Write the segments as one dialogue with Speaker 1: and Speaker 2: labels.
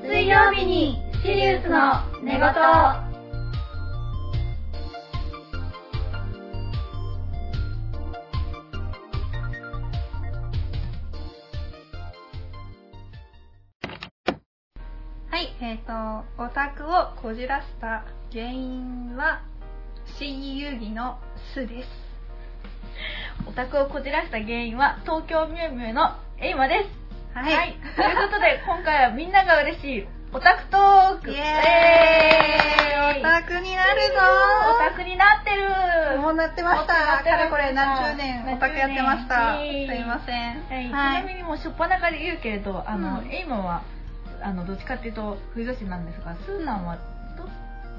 Speaker 1: 水曜日にシリウスの寝言。
Speaker 2: はい、えっ、と、オタクをこじらせた原因は、新遊戯の巣です。
Speaker 3: オタクをこじらした原因は東京ミュウミュウのエイマです。
Speaker 2: は
Speaker 3: はい、ということで 今回はみんなが嬉しいオタクトーク
Speaker 2: イエーイ
Speaker 3: エーイ
Speaker 2: オタクになるぞ
Speaker 3: オタクになってる
Speaker 2: もうなってまし
Speaker 3: な
Speaker 2: た。
Speaker 3: ってました
Speaker 2: かれこれ何十
Speaker 3: 何十
Speaker 2: 年
Speaker 3: 年
Speaker 2: オタクやってました。す
Speaker 3: イエーイ
Speaker 2: いません。
Speaker 3: はい、
Speaker 2: はい
Speaker 3: ちなみにもう初っ端から言うけれどあの、
Speaker 2: うん
Speaker 3: エイマはあのどっちかっていうと冬女子なんですがスーナンはど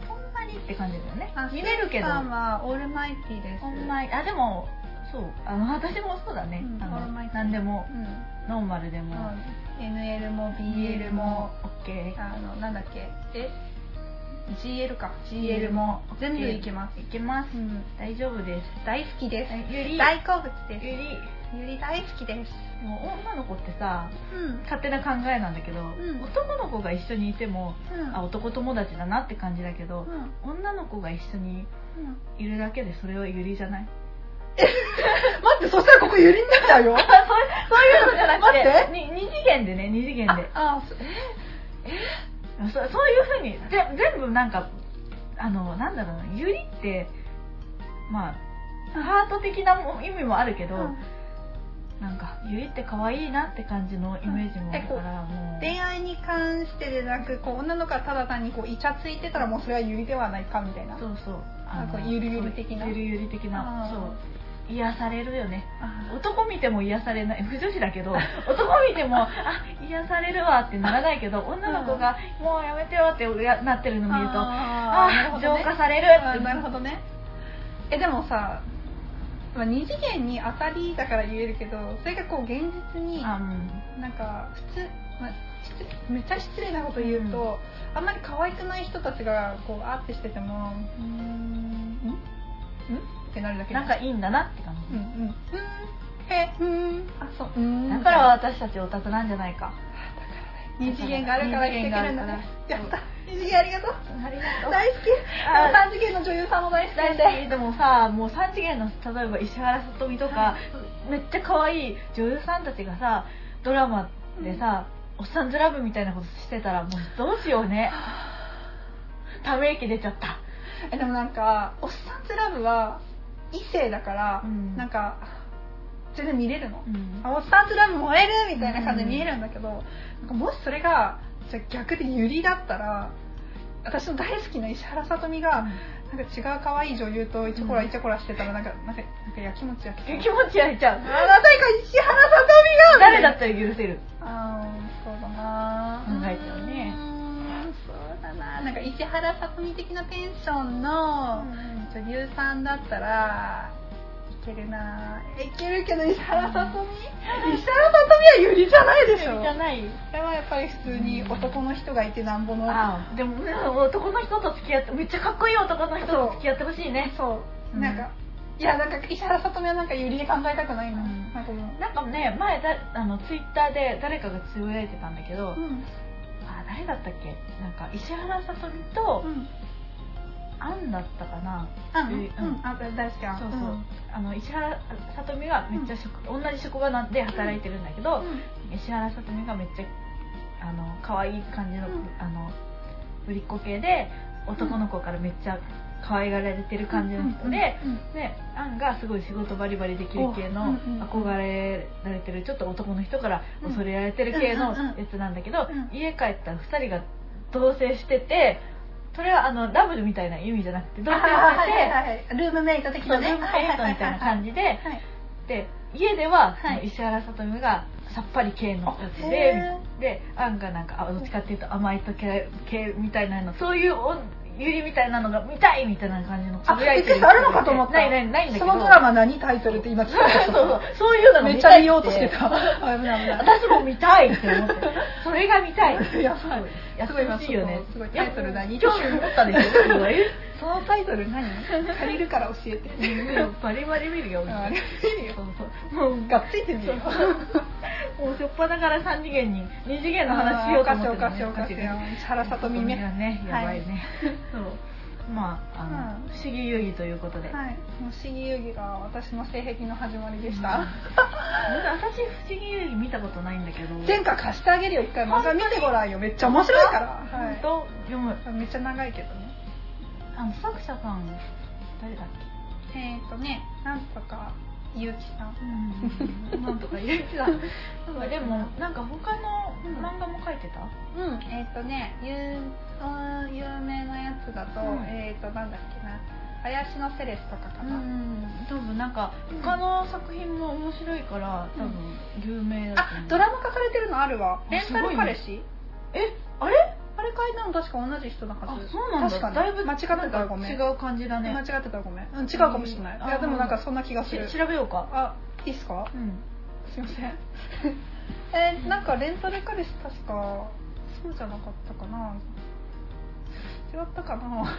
Speaker 3: そんなにって感じだよね
Speaker 2: あ
Speaker 3: 見れるけど
Speaker 2: シンさんはオールマイティです。
Speaker 3: そんなあでもそうあの私もそうだね、
Speaker 2: うん
Speaker 3: あ
Speaker 2: オール
Speaker 3: の
Speaker 2: マイティ
Speaker 3: 何でも
Speaker 2: うん。
Speaker 3: ノーマルでも、
Speaker 2: NL も BL
Speaker 3: BL
Speaker 2: も
Speaker 3: も、OK
Speaker 2: あの、なんだっけ、え ?GL か。
Speaker 3: GL も
Speaker 2: 全部いけます。
Speaker 3: いけます
Speaker 2: うん。
Speaker 3: 大丈夫です
Speaker 2: 大好きです。
Speaker 3: ゆり
Speaker 2: 大好物です。
Speaker 3: ゆり
Speaker 2: ゆり大好きです。
Speaker 3: もう女の子ってさ
Speaker 2: うん。
Speaker 3: 勝手な考えなんだけど、
Speaker 2: ん
Speaker 3: 男の子が一緒にいても
Speaker 2: うん。
Speaker 3: あ男友達だなって感じだけど
Speaker 2: う、ん。
Speaker 3: 女の子が一緒に
Speaker 2: うん。
Speaker 3: いるだけでそれはゆりじゃない
Speaker 2: 待って、そしたらここゆりになっちゃう
Speaker 3: そ
Speaker 2: よ。
Speaker 3: ういうのじゃなくて
Speaker 2: 待って
Speaker 3: に二次元でね二次元で
Speaker 2: あ、そ
Speaker 3: そそういうふうにぜ全部なんかあのなんだろうなゆりってまあハート的なも意味もあるけど、
Speaker 2: うん
Speaker 3: なんかゆりって可愛いなって感じのイメージもあるから、もう
Speaker 2: 恋愛に関してでなく、こう女の子がただ単にこうイチャついてたらもうそれはゆりではないかみたいな。
Speaker 3: そうそう
Speaker 2: あ
Speaker 3: の
Speaker 2: こうゆるゆる的
Speaker 3: そ
Speaker 2: な
Speaker 3: うゆるゆる的な
Speaker 2: あー
Speaker 3: そう癒されるよね
Speaker 2: あ
Speaker 3: 男見ても癒され ない不女子だけど男見てもあ癒されるわってならないけど女の子が「もうやめてよ」ってやなってるの見るとあ
Speaker 2: あーなる
Speaker 3: あ
Speaker 2: ほ
Speaker 3: ー
Speaker 2: ど
Speaker 3: 浄
Speaker 2: ね
Speaker 3: 化される
Speaker 2: あ
Speaker 3: っ
Speaker 2: ー
Speaker 3: て
Speaker 2: なるほどね。え、でもさ、まあ、二次元に当たりだから言えるけど、それがこう現実に、
Speaker 3: あ
Speaker 2: な
Speaker 3: うん
Speaker 2: んか普通、まあ失めっちゃ失礼なこと言うと、あんまり可愛くない人たちがこうあってしてても、うーん、んんってなるだけ
Speaker 3: なんかいいんだなって感
Speaker 2: う
Speaker 3: じ
Speaker 2: ん、うん、うん、へ、うん、あ、そう、うん。
Speaker 3: だから、私たちオタクなんじゃないか
Speaker 2: 二次元があるから
Speaker 3: 二
Speaker 2: 生
Speaker 3: 次
Speaker 2: きて
Speaker 3: 元
Speaker 2: い
Speaker 3: があ
Speaker 2: ける
Speaker 3: る
Speaker 2: ん
Speaker 3: か
Speaker 2: だ
Speaker 3: ら
Speaker 2: ね。やった。二次元ありがとう。
Speaker 3: ありがとう
Speaker 2: 大好き。
Speaker 3: あー
Speaker 2: 三次元の女優さんも大好き。
Speaker 3: 大体でもさもう3次元の例えば石原さとみとか、めっちゃ可愛い女優さんたちがさドラマでさ、おっさんずラブみたいなことしてたらもうどうしようねため息出ちゃった
Speaker 2: え でもなんか「おっさんずラブ」は異性だから、
Speaker 3: うん
Speaker 2: なんか全然見れるの
Speaker 3: う、ん
Speaker 2: あおっさんずラブ燃えるみたいな感じで見えるんだけど、なんかもしそれがじゃあ逆でユリだったら私の大好きな石原さとみがなんか違う可愛い女優とイチャコライチャコラしてたらなんか、なんかなんかやきもちやき
Speaker 3: 気
Speaker 2: も
Speaker 3: 持
Speaker 2: ち
Speaker 3: ちやいちゃう
Speaker 2: あなたが石原さとみが
Speaker 3: 誰だったら許せる
Speaker 2: あーそうだな
Speaker 3: 考えちゃうね
Speaker 2: うーんそうだななんか石原さとみ的なテンションの、女優さんだったらいけるなぁいけるけど石原さとみ、石原さとみはゆりじゃないでしょ
Speaker 3: じゃない
Speaker 2: それはやっぱり普通に男の人がいてなんぼの
Speaker 3: あでもうん男の人と付き合ってめっちゃかっこいい男の人と付き合ってほしいね
Speaker 2: そう、
Speaker 3: うん
Speaker 2: なんかいやなんか石原さとみはなんかゆりで考えたくないな、
Speaker 3: うん
Speaker 2: なんかもう
Speaker 3: なんかね前だあのツイッターで誰かがつぶやいてたんだけど、
Speaker 2: うん
Speaker 3: あ誰だったっけなんか石原さとみと
Speaker 2: うん
Speaker 3: アンだったかな、
Speaker 2: あ、
Speaker 3: ゆりうん
Speaker 2: あ大好きやん
Speaker 3: そうそう、あの石原さとみがめっちゃ職、同じ職場なんで働いてるんだけど、石原さとみがめっちゃあの可愛い感じの、
Speaker 2: うん
Speaker 3: あのぶりっ子系で男の子からめっちゃ可愛がられてる感じの人で、ね
Speaker 2: うんうん
Speaker 3: アンがすごい仕事バリバリできる系
Speaker 2: おうん
Speaker 3: の
Speaker 2: うん
Speaker 3: 憧れられてるちょっと男の人から恐れられてる系の
Speaker 2: うんうんうん
Speaker 3: やつなんだけど、
Speaker 2: うん
Speaker 3: 家帰ったら2人が同棲しててそれはあのラブみたいな意味じゃなくて同棲
Speaker 2: あ
Speaker 3: してて、
Speaker 2: はいはいはいルームメイト的
Speaker 3: そうル
Speaker 2: なね
Speaker 3: ームメイトみたいな感じで
Speaker 2: はい
Speaker 3: で家では、
Speaker 2: はい
Speaker 3: 石原さとみがさっぱり系のやつ
Speaker 2: あ
Speaker 3: で
Speaker 2: へ
Speaker 3: でアンがなんかあどっちかっていうと甘いと系系みたいなのそういうおゆりみたいなのが見たいみたいな感じの
Speaker 2: あ、
Speaker 3: つぶやい
Speaker 2: びってくりしたあるのかと思った。
Speaker 3: ないないないんだけど
Speaker 2: そのドラマ何タイトルって今聞
Speaker 3: そ
Speaker 2: こえた
Speaker 3: うそう そういうのが
Speaker 2: めっ
Speaker 3: 見
Speaker 2: ちゃ
Speaker 3: たい
Speaker 2: 見ようとしてた。危ない危ない。
Speaker 3: 私も見たいって思ってそれが見たい
Speaker 2: い やそう
Speaker 3: や
Speaker 2: すごい今
Speaker 3: すごいよね
Speaker 2: すごいタイトル何
Speaker 3: いや興味持った でしょすごい
Speaker 2: そのタイトル何借りるから教えて。
Speaker 3: バリバリ見るよ
Speaker 2: あれ
Speaker 3: そうそうもう
Speaker 2: がっついてみ
Speaker 3: そう
Speaker 2: よう。
Speaker 3: そうもうしょっぱだから3次元に2次元の話しようと思って
Speaker 2: おかしいおかしいおかしい石原さとみね
Speaker 3: がねやばいね、そうまああの、
Speaker 2: うん
Speaker 3: 不思議遊戯ということ で、
Speaker 2: はい、もう不思議遊戯が私の性癖の始まりでした。
Speaker 3: 私不思議遊戯見たことないんだけど
Speaker 2: 前回貸してあげるよ、一回漫画見てごらんよ、めっちゃ面白いから。
Speaker 3: 本当、読む
Speaker 2: はい、めっちゃ長いけどね。
Speaker 3: あの作者さん誰だっ
Speaker 2: えー、とね、なんとか、ゆうきさん。
Speaker 3: け、なんとか言ってたなんかでもなんか他の漫画も書いてた、
Speaker 2: うん、えっ、とね、ゆうあー有名なやつだと、
Speaker 3: うん
Speaker 2: えっ、と、なんだっけな、林のセレスとかかな。
Speaker 3: 多分なんか他の作品も面白いから多分有名だと思
Speaker 2: あ
Speaker 3: う、、
Speaker 2: ドラマ化されてるのあるわ。
Speaker 3: あ
Speaker 2: レンタル彼氏、
Speaker 3: えあれ
Speaker 2: あれ階段確か同じ人なは
Speaker 3: あ
Speaker 2: ず。
Speaker 3: そうなんだ
Speaker 2: 確かに
Speaker 3: だいぶ
Speaker 2: 間違ってたらごめん。
Speaker 3: 違う感じだ
Speaker 2: 間
Speaker 3: ね
Speaker 2: 違ってたらごめん、うん、違うかもしれない、
Speaker 3: うん
Speaker 2: いやでもなんかそんな気がする
Speaker 3: し調べようか
Speaker 2: あいいっすか
Speaker 3: うん
Speaker 2: すいま せんえーなんかレンタル彼氏確かそうじゃなかったかな違ったかな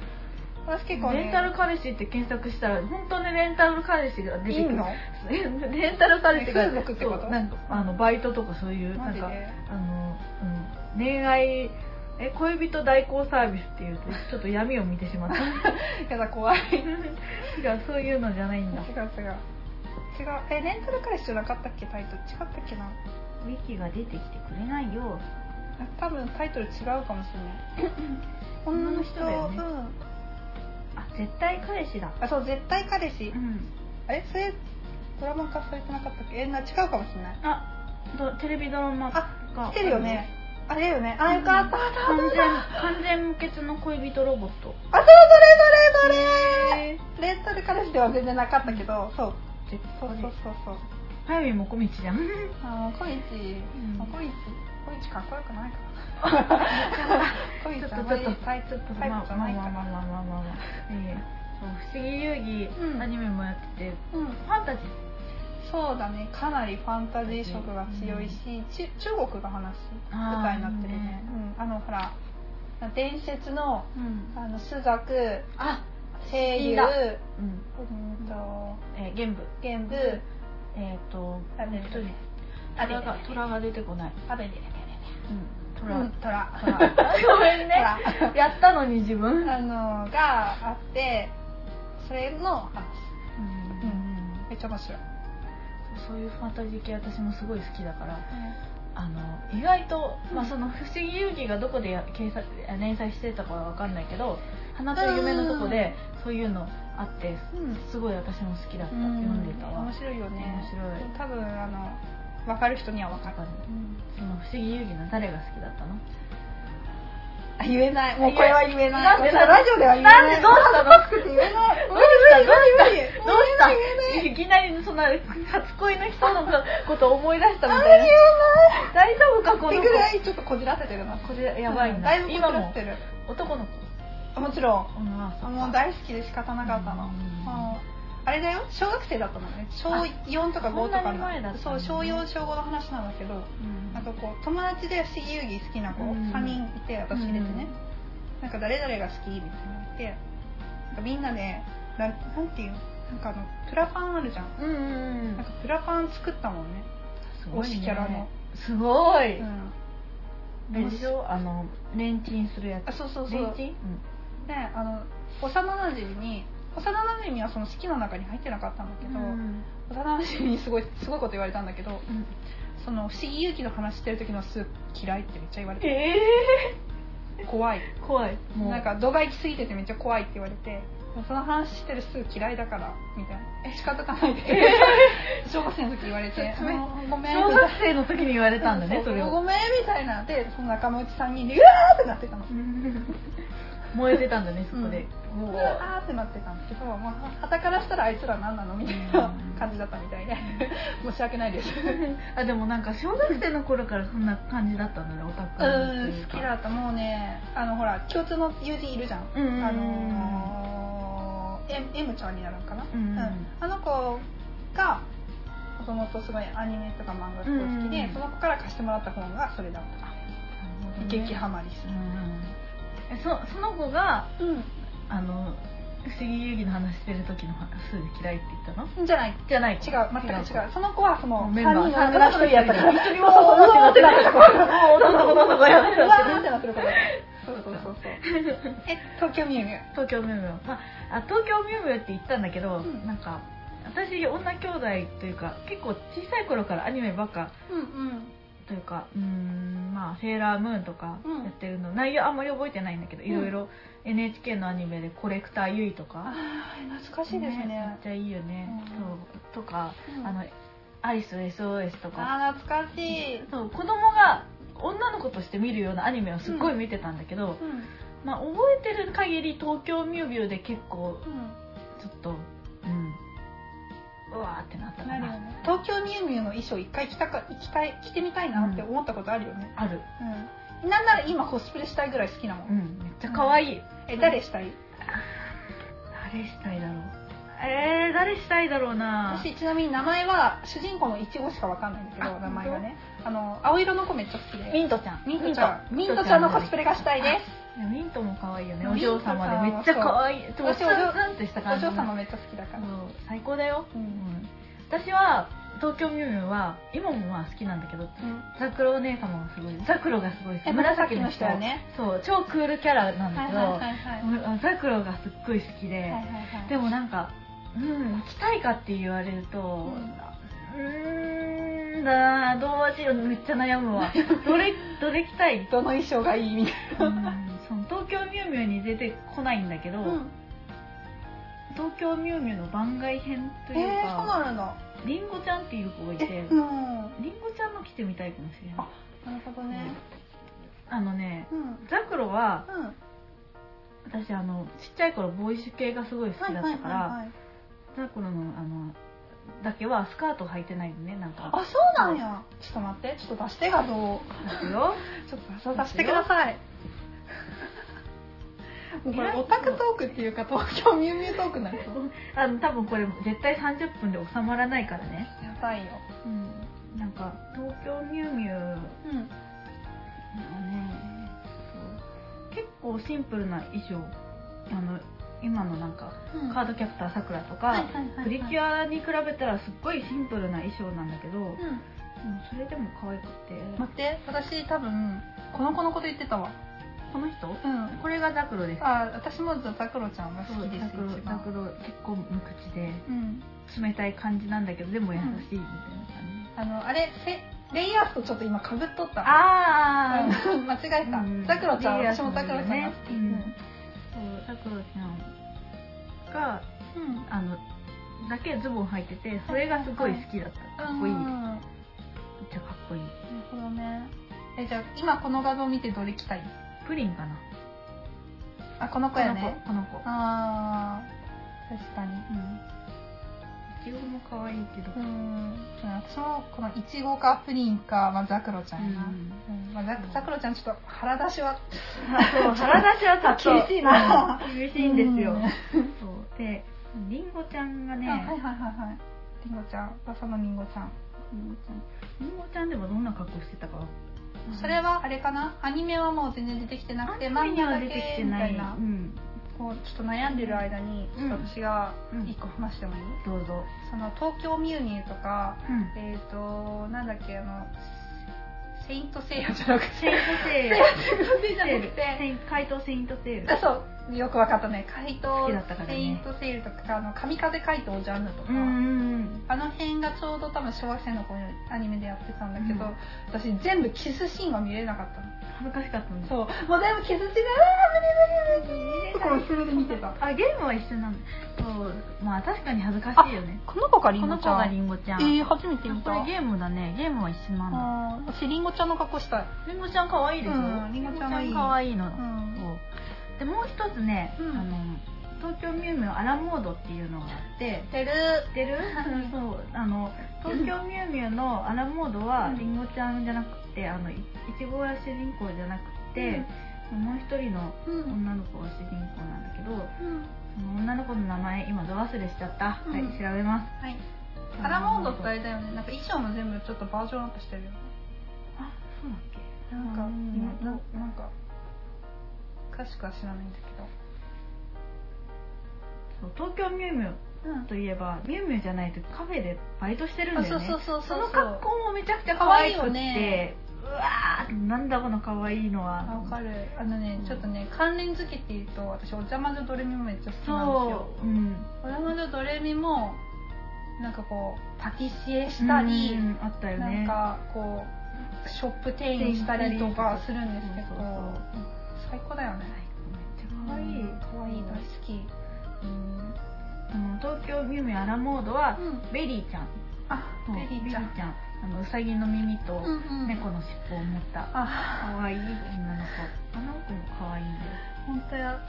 Speaker 2: 私結構ね
Speaker 3: レンタル彼氏って検索したら本当にレンタル彼氏が出て
Speaker 2: い
Speaker 3: く
Speaker 2: い
Speaker 3: る
Speaker 2: の
Speaker 3: レンタル彼氏が
Speaker 2: 風俗ってこと
Speaker 3: そうなんかあのバイトとかそういうな
Speaker 2: マ
Speaker 3: ん
Speaker 2: ジ
Speaker 3: か
Speaker 2: で
Speaker 3: あの、うん、恋愛え恋人代行サービスっていうとちょっと闇を見てしまった
Speaker 2: やだ怖い違う
Speaker 3: 違うそういうのじゃないんだ
Speaker 2: 違う違うえレンタル彼氏じゃなかったっけタイトル違ったっけな
Speaker 3: ウィキが出てきてくれないよ
Speaker 2: あ多分タイトル違うかもしれない女
Speaker 3: 女の
Speaker 2: の人
Speaker 3: 人だよ
Speaker 2: うん
Speaker 3: あ絶対彼氏だ
Speaker 2: あそう絶対彼氏
Speaker 3: うん
Speaker 2: あれそれドラマ化されてなかったっけえな違うかもしれない
Speaker 3: あどテレビドラマが
Speaker 2: 来てるよねあれだよねあよかった
Speaker 3: 完全完全無欠の恋人ロボット
Speaker 2: あそうそれそれそれレンタル彼氏では全然なかったけどそう
Speaker 3: 絶
Speaker 2: そう
Speaker 3: 対
Speaker 2: そうそうそう
Speaker 3: 早見もこみちじゃん
Speaker 2: あーコイチ
Speaker 3: ん
Speaker 2: あコイチコイチかっこよくない かなコイチあんまりタイプタイプじゃないかな
Speaker 3: まあまあまあまあええそう不思議遊
Speaker 2: うん
Speaker 3: 戯アニメもやってて
Speaker 2: うん
Speaker 3: ファンタジー
Speaker 2: そうだねかなりファンタジー色が強いし、ち中国が話す
Speaker 3: あー
Speaker 2: 舞台になってるね
Speaker 3: いいね
Speaker 2: うん、あのほら伝説の
Speaker 3: うん
Speaker 2: あの朱雀
Speaker 3: あ
Speaker 2: 青
Speaker 3: 死
Speaker 2: 龍
Speaker 3: んだうん
Speaker 2: うんと
Speaker 3: えー玄武
Speaker 2: 玄武
Speaker 3: えっと
Speaker 2: あれ
Speaker 3: 一人
Speaker 2: あれ
Speaker 3: 虎が虎が出てこない
Speaker 2: あれで
Speaker 3: うん
Speaker 2: 虎、うん、虎
Speaker 3: 虎ごめんね
Speaker 2: 虎
Speaker 3: やったのに自分
Speaker 2: あのがあってそれの話
Speaker 3: うん
Speaker 2: めっちゃ面白い、
Speaker 3: そういうファンタジー系私もすごい好きだからあの意外と、まあ、その不思議遊戯がどこでや掲載連載してたかは分かんないけど花と夢のとこでそういうのあって
Speaker 2: うん
Speaker 3: すごい私も好きだった、
Speaker 2: うん、
Speaker 3: 読んでたわ
Speaker 2: 面白いよね
Speaker 3: 面白い
Speaker 2: 多分あの分かる人には分か
Speaker 3: わ
Speaker 2: る
Speaker 3: かる
Speaker 2: うん
Speaker 3: その不思議遊戯の誰が好きだったの
Speaker 2: あ言えないもうこれは言えない
Speaker 3: なんで
Speaker 2: これはラジオでは言え
Speaker 3: な
Speaker 2: なんい
Speaker 3: でどうしたの
Speaker 2: どう言えない
Speaker 3: どうしたどうした
Speaker 2: 無
Speaker 3: どうした
Speaker 2: 理無理言
Speaker 3: いきなりそんな初恋の人のことを思い出したみたいな大丈夫かこの
Speaker 2: って
Speaker 3: 子
Speaker 2: ぐらいちょっとこじらせてるな
Speaker 3: これやばい
Speaker 2: うんん
Speaker 3: だ
Speaker 2: だいぶこじ
Speaker 3: 今
Speaker 2: らせ
Speaker 3: も
Speaker 2: てる
Speaker 3: 男の子
Speaker 2: あもちろん
Speaker 3: 女は
Speaker 2: あもう大好きで仕方なかったの、
Speaker 3: うん
Speaker 2: ああれだよ小学生だったのね小
Speaker 3: あ
Speaker 2: 4とか5と
Speaker 3: そ
Speaker 2: か
Speaker 3: んなに前だった
Speaker 2: そ
Speaker 3: の
Speaker 2: う
Speaker 3: ね
Speaker 2: 小4小5の話なんだけど
Speaker 3: うん
Speaker 2: なんかこう友達で不思議遊戯好きな子
Speaker 3: うん
Speaker 2: 3人いて私入れてね、なんか誰々が好きみたいなの言ってなんかみんなでななんていうのなんかあのプラパンあるじゃん
Speaker 3: うんうんうん
Speaker 2: なんかプラパン作ったもんね、
Speaker 3: すごい
Speaker 2: 推しキャラの
Speaker 3: すご
Speaker 2: う
Speaker 3: い、
Speaker 2: ん、
Speaker 3: でしょあのレンチンするや
Speaker 2: あ
Speaker 3: つ
Speaker 2: そうそうそ
Speaker 3: レン
Speaker 2: う
Speaker 3: チン、
Speaker 2: であの幼なじみに幼なじみはその好きの中に入ってなかったんだけど、
Speaker 3: うん
Speaker 2: 幼なじみにすごいすごいこと言われたんだけどその不思議勇気の話してる時のスープ嫌いってめっちゃ言われて
Speaker 3: え
Speaker 2: 怖い
Speaker 3: ー、怖いもう
Speaker 2: なんか度が行き過ぎててめっちゃ怖いって言われてもうその話してるスープ嫌いだからみたいな仕方がないで 小学生の時言われて
Speaker 3: 冷
Speaker 2: あのごめん
Speaker 3: 小
Speaker 2: みたい
Speaker 3: 学生の時に言われたんだ
Speaker 2: な
Speaker 3: ねそれ
Speaker 2: ご
Speaker 3: を
Speaker 2: めんみたいなでその仲間内3人でうわーってなってたの
Speaker 3: 燃えてたんだねそこで、う
Speaker 2: う
Speaker 3: わ
Speaker 2: わーってなってたんだけどまあはたからしたらあいつら何なのみたいな感じだったみたいで 申し訳ないです
Speaker 3: あでもなんか小学生の頃からそんな感じだったんだねオタク
Speaker 2: う
Speaker 3: とい
Speaker 2: ん
Speaker 3: う
Speaker 2: 好
Speaker 3: か
Speaker 2: きだったもうねあのほら共通の友人いるじゃん、
Speaker 3: うんうんうん
Speaker 2: あのー、M, M ちゃんになるのかな、
Speaker 3: うんうんうん
Speaker 2: あの子がもともとすごいアニメとか漫画がすごい好き
Speaker 3: う
Speaker 2: で、
Speaker 3: んうん
Speaker 2: その子から貸してもらった本がそれだった、
Speaker 3: なるほどね
Speaker 2: 激ハマりす
Speaker 3: うんうんえそその子が
Speaker 2: る、
Speaker 3: あの不思議遊戯の話してる時の話数嫌いって言ったの
Speaker 2: じゃない
Speaker 3: じゃない
Speaker 2: 違う全く違うその子はその
Speaker 3: メンバー
Speaker 2: 三人の中の一人だったから
Speaker 3: 一人もそう
Speaker 2: そう
Speaker 3: なってなかったもう男の子やめ
Speaker 2: う
Speaker 3: ろ
Speaker 2: わーってなってるからそうそうそうそう え東京ミュウミュウ
Speaker 3: 東京ミュウミュウ、まあ、あ東京ミュウミュウって言ったんだけど、
Speaker 2: うん
Speaker 3: なんか私女兄弟というか結構小さい頃からアニメばっか
Speaker 2: うんうん
Speaker 3: というかうーんまあセーラームーンとか
Speaker 2: うん
Speaker 3: やってるの、内容あんまり覚えてないんだけど、いろいろ NHK のアニメで「コレクターゆい」とか
Speaker 2: あー懐かしいですね
Speaker 3: めっちゃいいよね、そうとか、
Speaker 2: うん
Speaker 3: あのアリス SOS とか
Speaker 2: あー懐かしい
Speaker 3: そう子供が女の子として見るようなアニメをすっごい見てたんだけど、
Speaker 2: うん
Speaker 3: まあ覚えてる限り東京ミュウミュウで結構
Speaker 2: う
Speaker 3: ちょっと、うん、うわーってなった
Speaker 2: ん
Speaker 3: か
Speaker 2: なるよ
Speaker 3: な。
Speaker 2: ね東京ミュウミュウの衣装一回着たか着たい着てみたいなって思ったことあるよね
Speaker 3: ある。
Speaker 2: うんなんなら今コスプレしたいぐらい好きなも
Speaker 3: うんん、めっちゃ可愛い。
Speaker 2: え誰したい
Speaker 3: 誰したいだろう。えー、誰したいだろうな。
Speaker 2: 私ちなみに名前は主人公のいちごしかわかんないんだけど
Speaker 3: あ
Speaker 2: 名前がねあの青色の子めっちゃ好きで
Speaker 3: ントちゃん
Speaker 2: ミントちゃんミントちゃんのコスプレがしたいです
Speaker 3: レ。ミントも可愛いよね。
Speaker 2: ミ
Speaker 3: お
Speaker 2: ント
Speaker 3: 嬢
Speaker 2: さんは
Speaker 3: 様でめっちゃ可愛い。でも
Speaker 2: 私お
Speaker 3: ツ
Speaker 2: 嬢
Speaker 3: ンツンってした
Speaker 2: お
Speaker 3: 感じ。
Speaker 2: 嬢様めっちゃ好きだか
Speaker 3: そ
Speaker 2: ら
Speaker 3: う最高だよ。
Speaker 2: う
Speaker 3: うんん。私は東京ミュウミュウは今もまあ好きなんだけど、ザクロお姉様がすごい。ザクロがすごい好
Speaker 2: え
Speaker 3: き。
Speaker 2: 紫の人は。ね
Speaker 3: そう、超クールキャラなんだ
Speaker 2: はい
Speaker 3: け
Speaker 2: はいはい
Speaker 3: ど、
Speaker 2: はい
Speaker 3: ザクロがすっごい好きで。
Speaker 2: はいはいはい
Speaker 3: でもなんか、うん、行きたいかって言われると、うんーんだなどうしようめっちゃ悩む わどれどれ行きたい、うん、
Speaker 2: どの衣装がいいみたい
Speaker 3: その東京ミュウミュウに出てこないんだけど、
Speaker 2: な
Speaker 3: 東京ミュウミュウの番外編と
Speaker 2: え
Speaker 3: いう
Speaker 2: ーそう
Speaker 3: か、
Speaker 2: なるの
Speaker 3: りんごちゃんっていう子がいて、
Speaker 2: えうん
Speaker 3: りんごちゃんの着てみたいかもしれない
Speaker 2: なるほどね。
Speaker 3: あのね
Speaker 2: うん。
Speaker 3: ザクロは
Speaker 2: うん。は
Speaker 3: 私あのちっちゃい頃ボーイッシュ系がすごい好きだったから、
Speaker 2: い。
Speaker 3: ザクロのあのだけはスカート履いてないのねなんか
Speaker 2: あ、そうなんや。ちょっと待って、ちょっと出して画像を。
Speaker 3: ですよ
Speaker 2: ちょっと画像出してください。 もうこれオタクトークっていうか東京ミュウミュウトークなんですよ
Speaker 3: あの多分これ絶対30分で収まらないからね、
Speaker 2: やばいよ。
Speaker 3: うん、なんか東京ミュウミュウのね
Speaker 2: うん。
Speaker 3: そう結構シンプルな衣装あの今のなんかカードキャプターさくらとか、プリキ
Speaker 2: ュア。
Speaker 3: ュアに比べたらすっごいシンプルな衣装なんだけど、うん
Speaker 2: うん。
Speaker 3: それでも可愛くて、
Speaker 2: 待って、私多分この子のこと言ってたわ。
Speaker 3: この人
Speaker 2: うん。
Speaker 3: これがザクロです
Speaker 2: あ、私もザクロちゃんが
Speaker 3: そ
Speaker 2: 好
Speaker 3: う
Speaker 2: きです
Speaker 3: ザクロ
Speaker 2: 一
Speaker 3: ザク
Speaker 2: 番。
Speaker 3: ロ結構無口で
Speaker 2: うん。
Speaker 3: 冷たい感じなんだけどでも優しいみたいな感じ、
Speaker 2: あのあれせレイヤースとちょっと今かぶっとった。
Speaker 3: あー
Speaker 2: うん間違えた
Speaker 3: うん。
Speaker 2: ザクロちゃん、
Speaker 3: いいやつ
Speaker 2: 私もザクロちゃんが好き。
Speaker 3: う
Speaker 2: うんん
Speaker 3: そうさくらちゃんがあのだけズボン履いててそれがすごい好きだったかっこいい
Speaker 2: うん
Speaker 3: めっ
Speaker 2: なる
Speaker 3: ちゃかっこいい
Speaker 2: ほどね。え、じゃあ今この画像見てどれ着たい
Speaker 3: プリンかな
Speaker 2: あ、この子やね。
Speaker 3: この子この子
Speaker 2: あー、確かに。
Speaker 3: うんいちごも可愛いけど
Speaker 2: うん。私もこのイチゴかプリンか、まあ、ザクロちゃんやな。うんまあ、ザザクロちゃんちょっと腹出しは
Speaker 3: そう腹出しはちょっと
Speaker 2: 厳しいな
Speaker 3: うん厳しいんですよ
Speaker 2: うん
Speaker 3: そうでりんごちゃんが
Speaker 2: あ
Speaker 3: ね
Speaker 2: はいはいはいはいりんごちゃん噂のりんごちゃん
Speaker 3: りんごちゃんりんごちゃんでもどんな格好してたか
Speaker 2: それはあれかなアニメはもう全然出てきてなくて漫画だけ
Speaker 3: 出てきて
Speaker 2: みた
Speaker 3: ないい
Speaker 2: な
Speaker 3: うん
Speaker 2: こうちょっと悩んでる間に、
Speaker 3: うん
Speaker 2: ちょっと私が
Speaker 3: うん
Speaker 2: 一個話してもいい、
Speaker 3: どうぞ
Speaker 2: その東京ミュウミュウとか
Speaker 3: うん
Speaker 2: えっ、となんだっけあのセイントセイヤじゃなくて
Speaker 3: セイントセイ
Speaker 2: セイ
Speaker 3: ヤ
Speaker 2: ントセイヤじゃなくて
Speaker 3: 怪盗セイントセイ
Speaker 2: あ
Speaker 3: ヤ
Speaker 2: そうよくわかったね怪
Speaker 3: 好
Speaker 2: 盗
Speaker 3: きだったからね
Speaker 2: セイントセイルとかあの神風怪盗ジャンヌとか、
Speaker 3: うんうん
Speaker 2: あの辺がちょうど多分小学生の頃にアニメでやってたんだけど、
Speaker 3: うん
Speaker 2: 私全部キスシーンは見れなかったの
Speaker 3: 恥ずかしかったんです
Speaker 2: そうもう全部キスシーンであー無理無理無理ところそれで見てた
Speaker 3: あゲームは一緒なんだそうまあ確かに恥ずかしいよね
Speaker 2: この子が
Speaker 3: この子がリンゴちゃん
Speaker 2: えー、初めて見た
Speaker 3: これゲームだねゲームは一緒なんだ
Speaker 2: あー私りんごちゃんの格好したい
Speaker 3: リンゴちゃん可愛いでしょ
Speaker 2: うんリンゴちゃんはいい
Speaker 3: リンゴ可愛いの
Speaker 2: う
Speaker 3: そ
Speaker 2: ん
Speaker 3: うでもう一つね
Speaker 2: うん
Speaker 3: あの東京ミュウミュウアラモードっていうのがあって
Speaker 2: てる
Speaker 3: 知ってる
Speaker 2: い
Speaker 3: そうあの東京ミュウミュウのアラモードは
Speaker 2: うん
Speaker 3: りんごちゃんじゃなくてあのいいちごが主人公じゃなくて、もう一人の
Speaker 2: うんうん
Speaker 3: 女の子が主人公なんだけどその女の子の名前今ど忘れしちゃった、
Speaker 2: うん
Speaker 3: はい調べます
Speaker 2: はいアラモードってあれだよねなんか衣装も全部ちょっとバージョンアップしてるよね
Speaker 3: あそうだっけ
Speaker 2: なんか、
Speaker 3: う
Speaker 2: うんななんか詳しくは知らないんだけど
Speaker 3: そう東京ミュウミュ
Speaker 2: うん
Speaker 3: ウといえばミュウミュウじゃないとカフェでバイトしてるんだよね
Speaker 2: そうそうそ
Speaker 3: そ
Speaker 2: う
Speaker 3: うの格好もめちゃくちゃ可
Speaker 2: 可愛
Speaker 3: 愛
Speaker 2: い
Speaker 3: く
Speaker 2: よ
Speaker 3: って
Speaker 2: ね
Speaker 3: うわーなんだこの可愛いのは
Speaker 2: わかるあのねちょっとね関連付けて言うと私お邪魔女ドレミもめっちゃ好きなんですよ
Speaker 3: そう、うん、
Speaker 2: お邪魔女ドレミもなんかこうパティシエしたり、
Speaker 3: うんあったよ
Speaker 2: な
Speaker 3: ね
Speaker 2: んかこうショップ店員したりとかするんですけど
Speaker 3: そうそうそう
Speaker 2: 最高だよね
Speaker 3: めっちゃ可愛い、
Speaker 2: 可愛い大好き
Speaker 3: うんあの東京ミュウミュウアラモードは
Speaker 2: うん
Speaker 3: ベリーちゃん
Speaker 2: あ
Speaker 3: そう
Speaker 2: ベリーちゃん
Speaker 3: あのうさぎの耳と
Speaker 2: うんうん
Speaker 3: 猫の尻尾を持った
Speaker 2: あ
Speaker 3: 可愛い女の子あの子も可愛いんだよ
Speaker 2: 本当や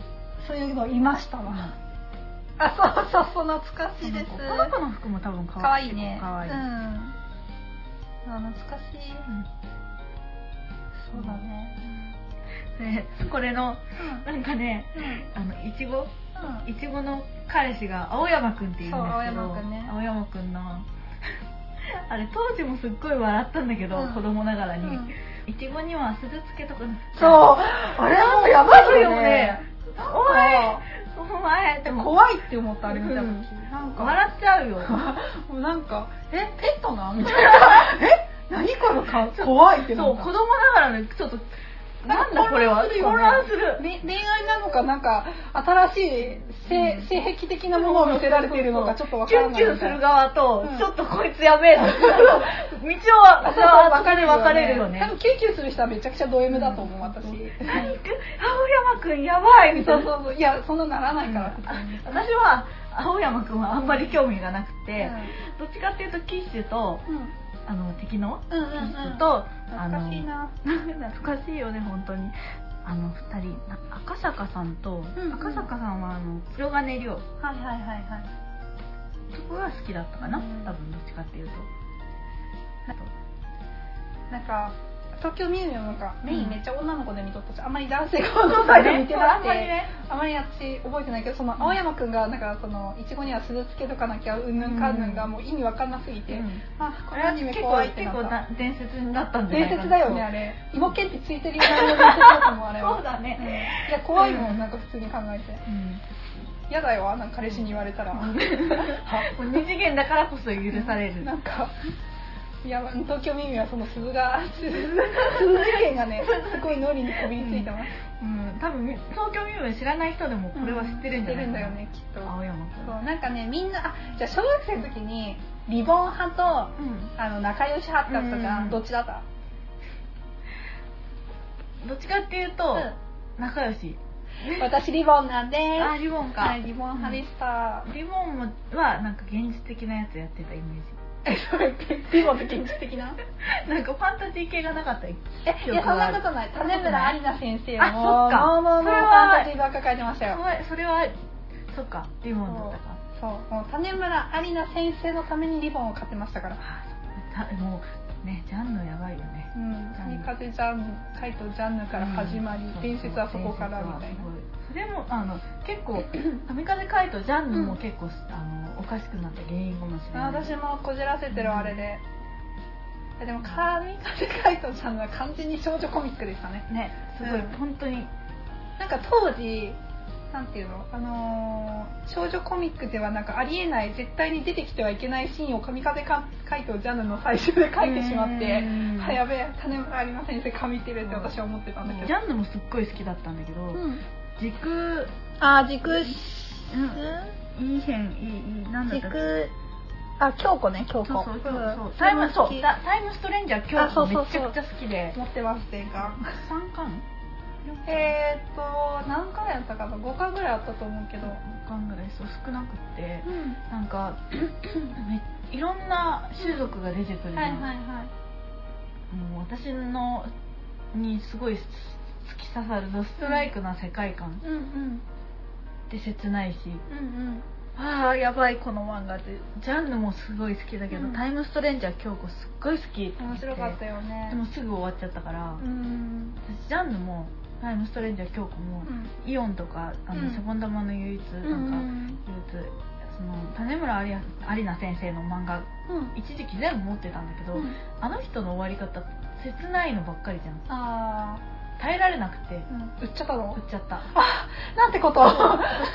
Speaker 2: そういうのいました
Speaker 3: うん
Speaker 2: わあそうそうそう懐かしいです
Speaker 3: この子の服も多分可
Speaker 2: 可
Speaker 3: 愛い
Speaker 2: 愛いね
Speaker 3: 可愛い
Speaker 2: うんあ懐かしいそうだね
Speaker 3: でこれの
Speaker 2: うん
Speaker 3: なんかね
Speaker 2: うん
Speaker 3: あのいちご
Speaker 2: うん
Speaker 3: いちごの彼氏が青山くんっていうんですけど
Speaker 2: そう青山くんね
Speaker 3: 青山くんの あれ当時もすっごい笑ったんだけど、
Speaker 2: うん
Speaker 3: 子供ながらに、
Speaker 2: うん
Speaker 3: いちごには鈴つけとか
Speaker 2: そうあれはもうやばいよね
Speaker 3: おいお前でも
Speaker 2: 怖いって思ったあれ見た
Speaker 3: う
Speaker 2: 時、
Speaker 3: ん
Speaker 2: なんか
Speaker 3: 笑っちゃうよ
Speaker 2: もうなんかえペットなん みたいなえ何この顔怖いってな
Speaker 3: そ
Speaker 2: ん
Speaker 3: う
Speaker 2: か
Speaker 3: 子供ながらねちょっとなんだこれは混乱する
Speaker 2: ね恋愛なのかなんか新しい性,、
Speaker 3: うん
Speaker 2: 性癖的なものを見せられているのかちょっとわ
Speaker 3: キ
Speaker 2: から
Speaker 3: ュン
Speaker 2: ない
Speaker 3: キュンする
Speaker 2: が
Speaker 3: 側と、
Speaker 2: うん
Speaker 3: ちょっとこいつやべえな道をさ分かれ分かれるよね
Speaker 2: 多分キュンキュンする人はめちゃくちゃド M だと思う、私
Speaker 3: 何く青山くんやばいみたい
Speaker 2: そ
Speaker 3: うな
Speaker 2: そうそういやそんなならないから、
Speaker 3: 私は青山くんはあんまり興味がなくて、どっちかっていうとキッシュと
Speaker 2: うん
Speaker 3: あの敵の
Speaker 2: うんうん
Speaker 3: キッシ
Speaker 2: う
Speaker 3: ュ
Speaker 2: ん
Speaker 3: と、あ
Speaker 2: 懐
Speaker 3: の
Speaker 2: かしいな
Speaker 3: 懐かしいよね本当にあの二人な赤坂さんと、
Speaker 2: うん
Speaker 3: 赤坂さんはあの黒金亮
Speaker 2: はいはいはいはい
Speaker 3: そこが好きだったかな、
Speaker 2: うん
Speaker 3: 多分どっちかっていうとあと
Speaker 2: なんか東京ミュウミュウもなんかメイ
Speaker 3: うん
Speaker 2: ンめっちゃ女の子で見とったし、あんまり男性がこのサイド見てな
Speaker 3: あん
Speaker 2: くて
Speaker 3: まりね
Speaker 2: あんまり私覚えてないけどその青山くんがなんかそのいちごには鈴つけとかなきゃうんぬんかんぬんがもう意味わかんなすぎて、
Speaker 3: うん
Speaker 2: あ
Speaker 3: こ
Speaker 2: こ
Speaker 3: れ
Speaker 2: れ
Speaker 3: は
Speaker 2: ア
Speaker 3: ね
Speaker 2: ニメ
Speaker 3: 結
Speaker 2: 怖い
Speaker 3: 構
Speaker 2: って
Speaker 3: 結
Speaker 2: なっ
Speaker 3: 構
Speaker 2: た
Speaker 3: な伝説になったんじゃない
Speaker 2: 伝
Speaker 3: かな
Speaker 2: 説だよねあれ芋けんぴついてるような伝説だと思うあれは
Speaker 3: そうだね
Speaker 2: んいや怖いもんなんか普通に考えて
Speaker 3: うん
Speaker 2: 嫌だよあんなん彼氏に言われたら
Speaker 3: もう二次元だからこそ許される
Speaker 2: なんかいや東京ミュウミュウはその鈴が 鈴鈴事件がねすごい脳裏にこびりついてます、
Speaker 3: うん多分東京ミュージアム知らない人でもこれは知ってるんじゃない
Speaker 2: 知っ
Speaker 3: かな
Speaker 2: てるんだよねきっと
Speaker 3: 青山
Speaker 2: そう
Speaker 3: 君
Speaker 2: なんかねみんなあじゃあ小学生の時にリボン派と
Speaker 3: うん
Speaker 2: あの仲良し派だったじゃ
Speaker 3: うん
Speaker 2: んどっちだった
Speaker 3: どっちかっていうと仲良し
Speaker 2: 私リボンなんで
Speaker 3: あ
Speaker 2: す
Speaker 3: リボンか
Speaker 2: はいリボン派でした、
Speaker 3: リボンもはなんか現実的なやつやってたイメー
Speaker 2: えそれリボンって現実的な
Speaker 3: ジ なんかファンタジー系がなかった
Speaker 2: えいやそんなことない種村ありな先生も
Speaker 3: あそっか
Speaker 2: もうもうも
Speaker 3: そ
Speaker 2: うフ
Speaker 3: れは
Speaker 2: ァンタジーばっか書いてましたよ
Speaker 3: それはそっかリボンだったか
Speaker 2: そうもう種村ありな先生のためにリボンを買ってましたから
Speaker 3: あーたもうねジャンルやばいよね
Speaker 2: うん神風ジャンヌ怪盗ジャンヌから始まり、
Speaker 3: うん
Speaker 2: 伝説はそこからみたいな
Speaker 3: それもあの結 構神風海とジャンヌも結構、あのおかしくなった原因かもしれない
Speaker 2: あ私もこじらせてるあれで、えでも神風海斗さんは完全に少女コミックでしたね
Speaker 3: ねすごい、
Speaker 2: うん
Speaker 3: 本当に
Speaker 2: なんか当時なんていうのあのー少女コミックではなんかありえない絶対に出てきてはいけないシーンを神風か海斗ジャンヌの最終で書いてしまって
Speaker 3: うん
Speaker 2: はやべえ種村ありません先生神ってるって私は思ってたんだけ
Speaker 3: ジ
Speaker 2: ど、
Speaker 3: ャンヌもすっごい好きだったんだけど、
Speaker 2: うん、
Speaker 3: 時空
Speaker 2: あ軸
Speaker 3: いい編いいいいなんだったっけ
Speaker 2: あ京子ね京子
Speaker 3: そうそうそうそうタイムそうタタイムストレンジャー今
Speaker 2: あそう
Speaker 3: 日
Speaker 2: そう
Speaker 3: めち
Speaker 2: そう
Speaker 3: ゃくちゃ好きで
Speaker 2: 持ってますっていうか
Speaker 3: 三巻
Speaker 2: えーっと何回やったかな5回ぐらいあったと思うけど、
Speaker 3: 三巻ぐらいそう少なくってなんか めいろんな種族が出てくるじゃん、
Speaker 2: はいはいはい
Speaker 3: もう私のにすごい突き刺さるドストライクな世界観
Speaker 2: うんうん
Speaker 3: で切ないし、
Speaker 2: うんうん
Speaker 3: ああやばいこの漫画ってジャンヌもすごい好きだけど、
Speaker 2: うん
Speaker 3: タイムストレンジャー京子すっごい好き
Speaker 2: 面白かった
Speaker 3: よ
Speaker 2: よね
Speaker 3: でもすぐ終わっちゃったから、
Speaker 2: うん
Speaker 3: 私ジャンヌもタイムストレンジャー京子も、
Speaker 2: うん
Speaker 3: イオンとかあの、
Speaker 2: うん
Speaker 3: シャボン玉の唯一
Speaker 2: う
Speaker 3: なんか、
Speaker 2: ん
Speaker 3: 唯一その種村ありありな先生の漫画
Speaker 2: うん
Speaker 3: 一時期全部持ってたんだけど、
Speaker 2: うん
Speaker 3: あの人の終わり方切ないのばっかりじゃん
Speaker 2: あ
Speaker 3: 耐えられなくて
Speaker 2: ーうん売っちゃったの
Speaker 3: 売っちゃった
Speaker 2: なんてこと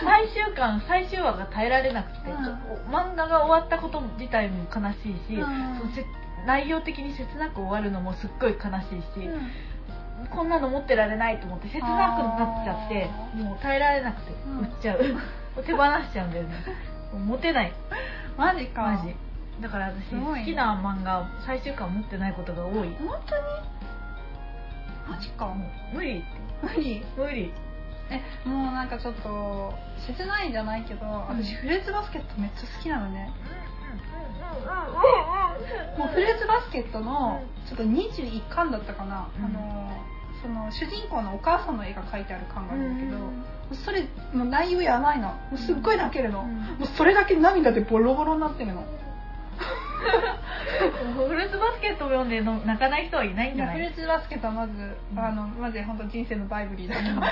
Speaker 3: 前最終巻最終話が耐えられなくて、
Speaker 2: うん
Speaker 3: ちょ漫画が終わったこと自体も悲しいし、
Speaker 2: うん
Speaker 3: そのせ内容的に切なく終わるのもすっごい悲しいし、こんなの持ってられないと思って切なくなっちゃって
Speaker 2: あ
Speaker 3: もう耐えられなくて
Speaker 2: うん
Speaker 3: 売っちゃう、 手放しちゃうんだよねもう持てない
Speaker 2: マジか
Speaker 3: マジだから私
Speaker 2: すごい
Speaker 3: 好
Speaker 2: ね
Speaker 3: きな漫画最終巻持ってないことが多い
Speaker 2: 本当にマジか
Speaker 3: もう無理
Speaker 2: 無理
Speaker 3: 無理
Speaker 2: えもうなんかちょっと切ないじゃないけど私フルーツバスケットめっちゃ好きなのねもうフルーツバスケットのちょっと21巻だったかな、
Speaker 3: うん
Speaker 2: あのその主人公のお母さんの絵が描いてある巻があるんだけど、それもう内容やばいのもうすっごい泣けるの、
Speaker 3: うん
Speaker 2: もうそれだけ涙でボロボロになってる の
Speaker 3: フルーツバスケットを読んでの泣かない人はいないん
Speaker 2: い
Speaker 3: じゃ
Speaker 2: や
Speaker 3: な
Speaker 2: フル
Speaker 3: い
Speaker 2: ーツバスケットはまず、
Speaker 3: ん
Speaker 2: あのマジで本当人生のバイブリーだ
Speaker 3: うん
Speaker 2: な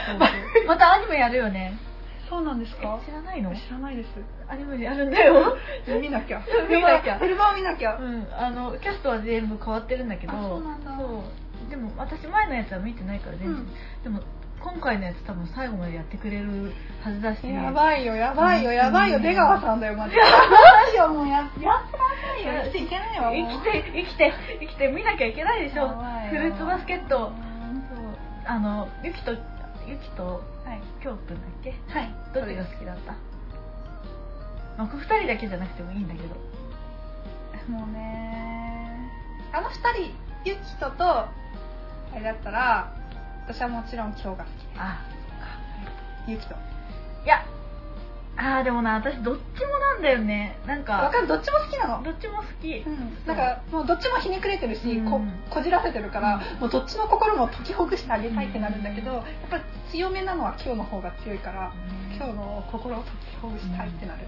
Speaker 3: またアニメやるよね
Speaker 2: そうなんです
Speaker 3: え
Speaker 2: か
Speaker 3: 知らないの
Speaker 2: 知らないです
Speaker 3: アニメやるんだよ
Speaker 2: 見なき ゃ
Speaker 3: 見なきゃ
Speaker 2: フルバを見なきゃ、
Speaker 3: うんあのキャストは全部変わってるんだけど
Speaker 2: あそうなんだ
Speaker 3: そうでも私前のやつは見てないから全然、
Speaker 2: うん
Speaker 3: でも今回のやつ多分最後までやってくれるはずだし
Speaker 2: やばいよやばいよ
Speaker 3: うん
Speaker 2: や ばいよ出川さんだよマジでやばいよもうややってら んないよ生きていけないわもう
Speaker 3: 生きて生きて生きて見なきゃいけないでし
Speaker 2: や
Speaker 3: ょ
Speaker 2: ばい
Speaker 3: フ
Speaker 2: よ
Speaker 3: ルーツバスケット
Speaker 2: うん
Speaker 3: そうあのゆきとゆきと
Speaker 2: はい
Speaker 3: きょうくんだっけ
Speaker 2: はい
Speaker 3: どっちが好きだったまあこれ二人だけじゃなくてもいいんだけど
Speaker 2: もうねあの二人ユキトとあれだったら私はもちろん今日が好き
Speaker 3: あ
Speaker 2: ユキト
Speaker 3: いやあーでもな私どっちもなんだよねなんか
Speaker 2: わかるどっちも好きなの
Speaker 3: どっちも好き、
Speaker 2: うんなんかもうどっちもひねくれてるし、
Speaker 3: うん
Speaker 2: ここじらせてるから、もうどっちの心も解きほぐしてあげたいってなるんだけど、
Speaker 3: うん
Speaker 2: やっぱ強めなのは今日の方が強いから、
Speaker 3: うん
Speaker 2: 今日の心を解きほぐしたいってなる、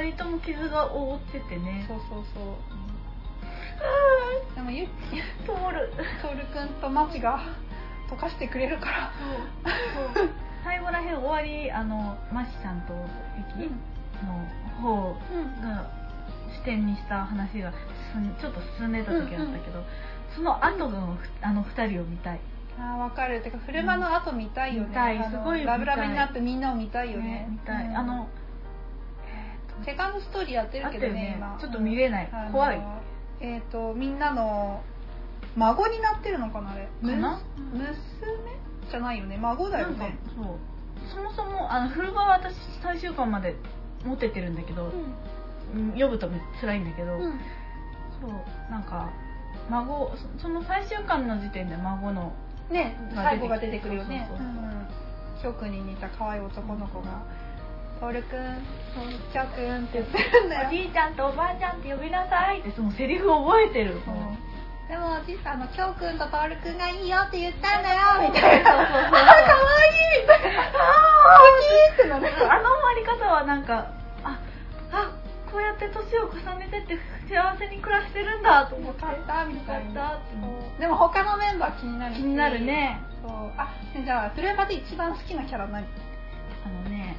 Speaker 3: 二人とも傷が覆っててね
Speaker 2: そうそうそう、でもゆ
Speaker 3: 通る
Speaker 2: トールくんとマチが溶かしてくれるから、
Speaker 3: そう 最後らへん終わりあのマシちゃんとユキの方が視点にした話が進んちょっと進んでた時だったけど、その後のふあの二人を見たい
Speaker 2: ああわかるてかフルマの後見たいよね、
Speaker 3: 見たい
Speaker 2: あ
Speaker 3: す
Speaker 2: の
Speaker 3: ごい見たい
Speaker 2: ラブラブになってみんなを見たいよね
Speaker 3: 見たい、
Speaker 2: うん
Speaker 3: あの
Speaker 2: セカンドストーリーやって
Speaker 3: あ
Speaker 2: る
Speaker 3: った
Speaker 2: け
Speaker 3: よ
Speaker 2: どね
Speaker 3: ね
Speaker 2: 今
Speaker 3: ちょっと見れない、
Speaker 2: あの
Speaker 3: 怖い
Speaker 2: えっ、とみんなの孫になってるのかなあれ
Speaker 3: かな
Speaker 2: む娘じゃないよね孫だよ
Speaker 3: なん
Speaker 2: ね
Speaker 3: かそうそもそもあのフルバは私最終巻まで持っててるんだけど、うん読むと辛いんだけど、
Speaker 2: うん
Speaker 3: そうなんか孫そその最終巻の時点で孫の
Speaker 2: ね
Speaker 3: 出てきて
Speaker 2: 最後が出てくるよね
Speaker 3: そうそうそう
Speaker 2: きょうくんに似た可愛い男の子が「トールくんトールちゃくん」って言ってるん
Speaker 3: 「
Speaker 2: だ
Speaker 3: お
Speaker 2: よ
Speaker 3: じいちゃんとおばあちゃんって呼びなさい」ってそのセリフ覚えてる
Speaker 2: そう
Speaker 3: もう
Speaker 2: でもおじいさんのきょうくんとトールくんがいいよって言ったんだよみたいな
Speaker 3: そうそうそう
Speaker 2: あーかわいいみたいなああ大きいってなる
Speaker 3: あの終わり方はなんかああこうやって年を重ねてって幸せに暮らしてるんだと思
Speaker 2: よ
Speaker 3: って
Speaker 2: かったみ
Speaker 3: よか
Speaker 2: たい
Speaker 3: っ
Speaker 2: な
Speaker 3: たって思って
Speaker 2: でも他のメンバー気になるし
Speaker 3: 気になるね
Speaker 2: そうあじゃあフレーバーで一番好きなキャラ何、
Speaker 3: あのね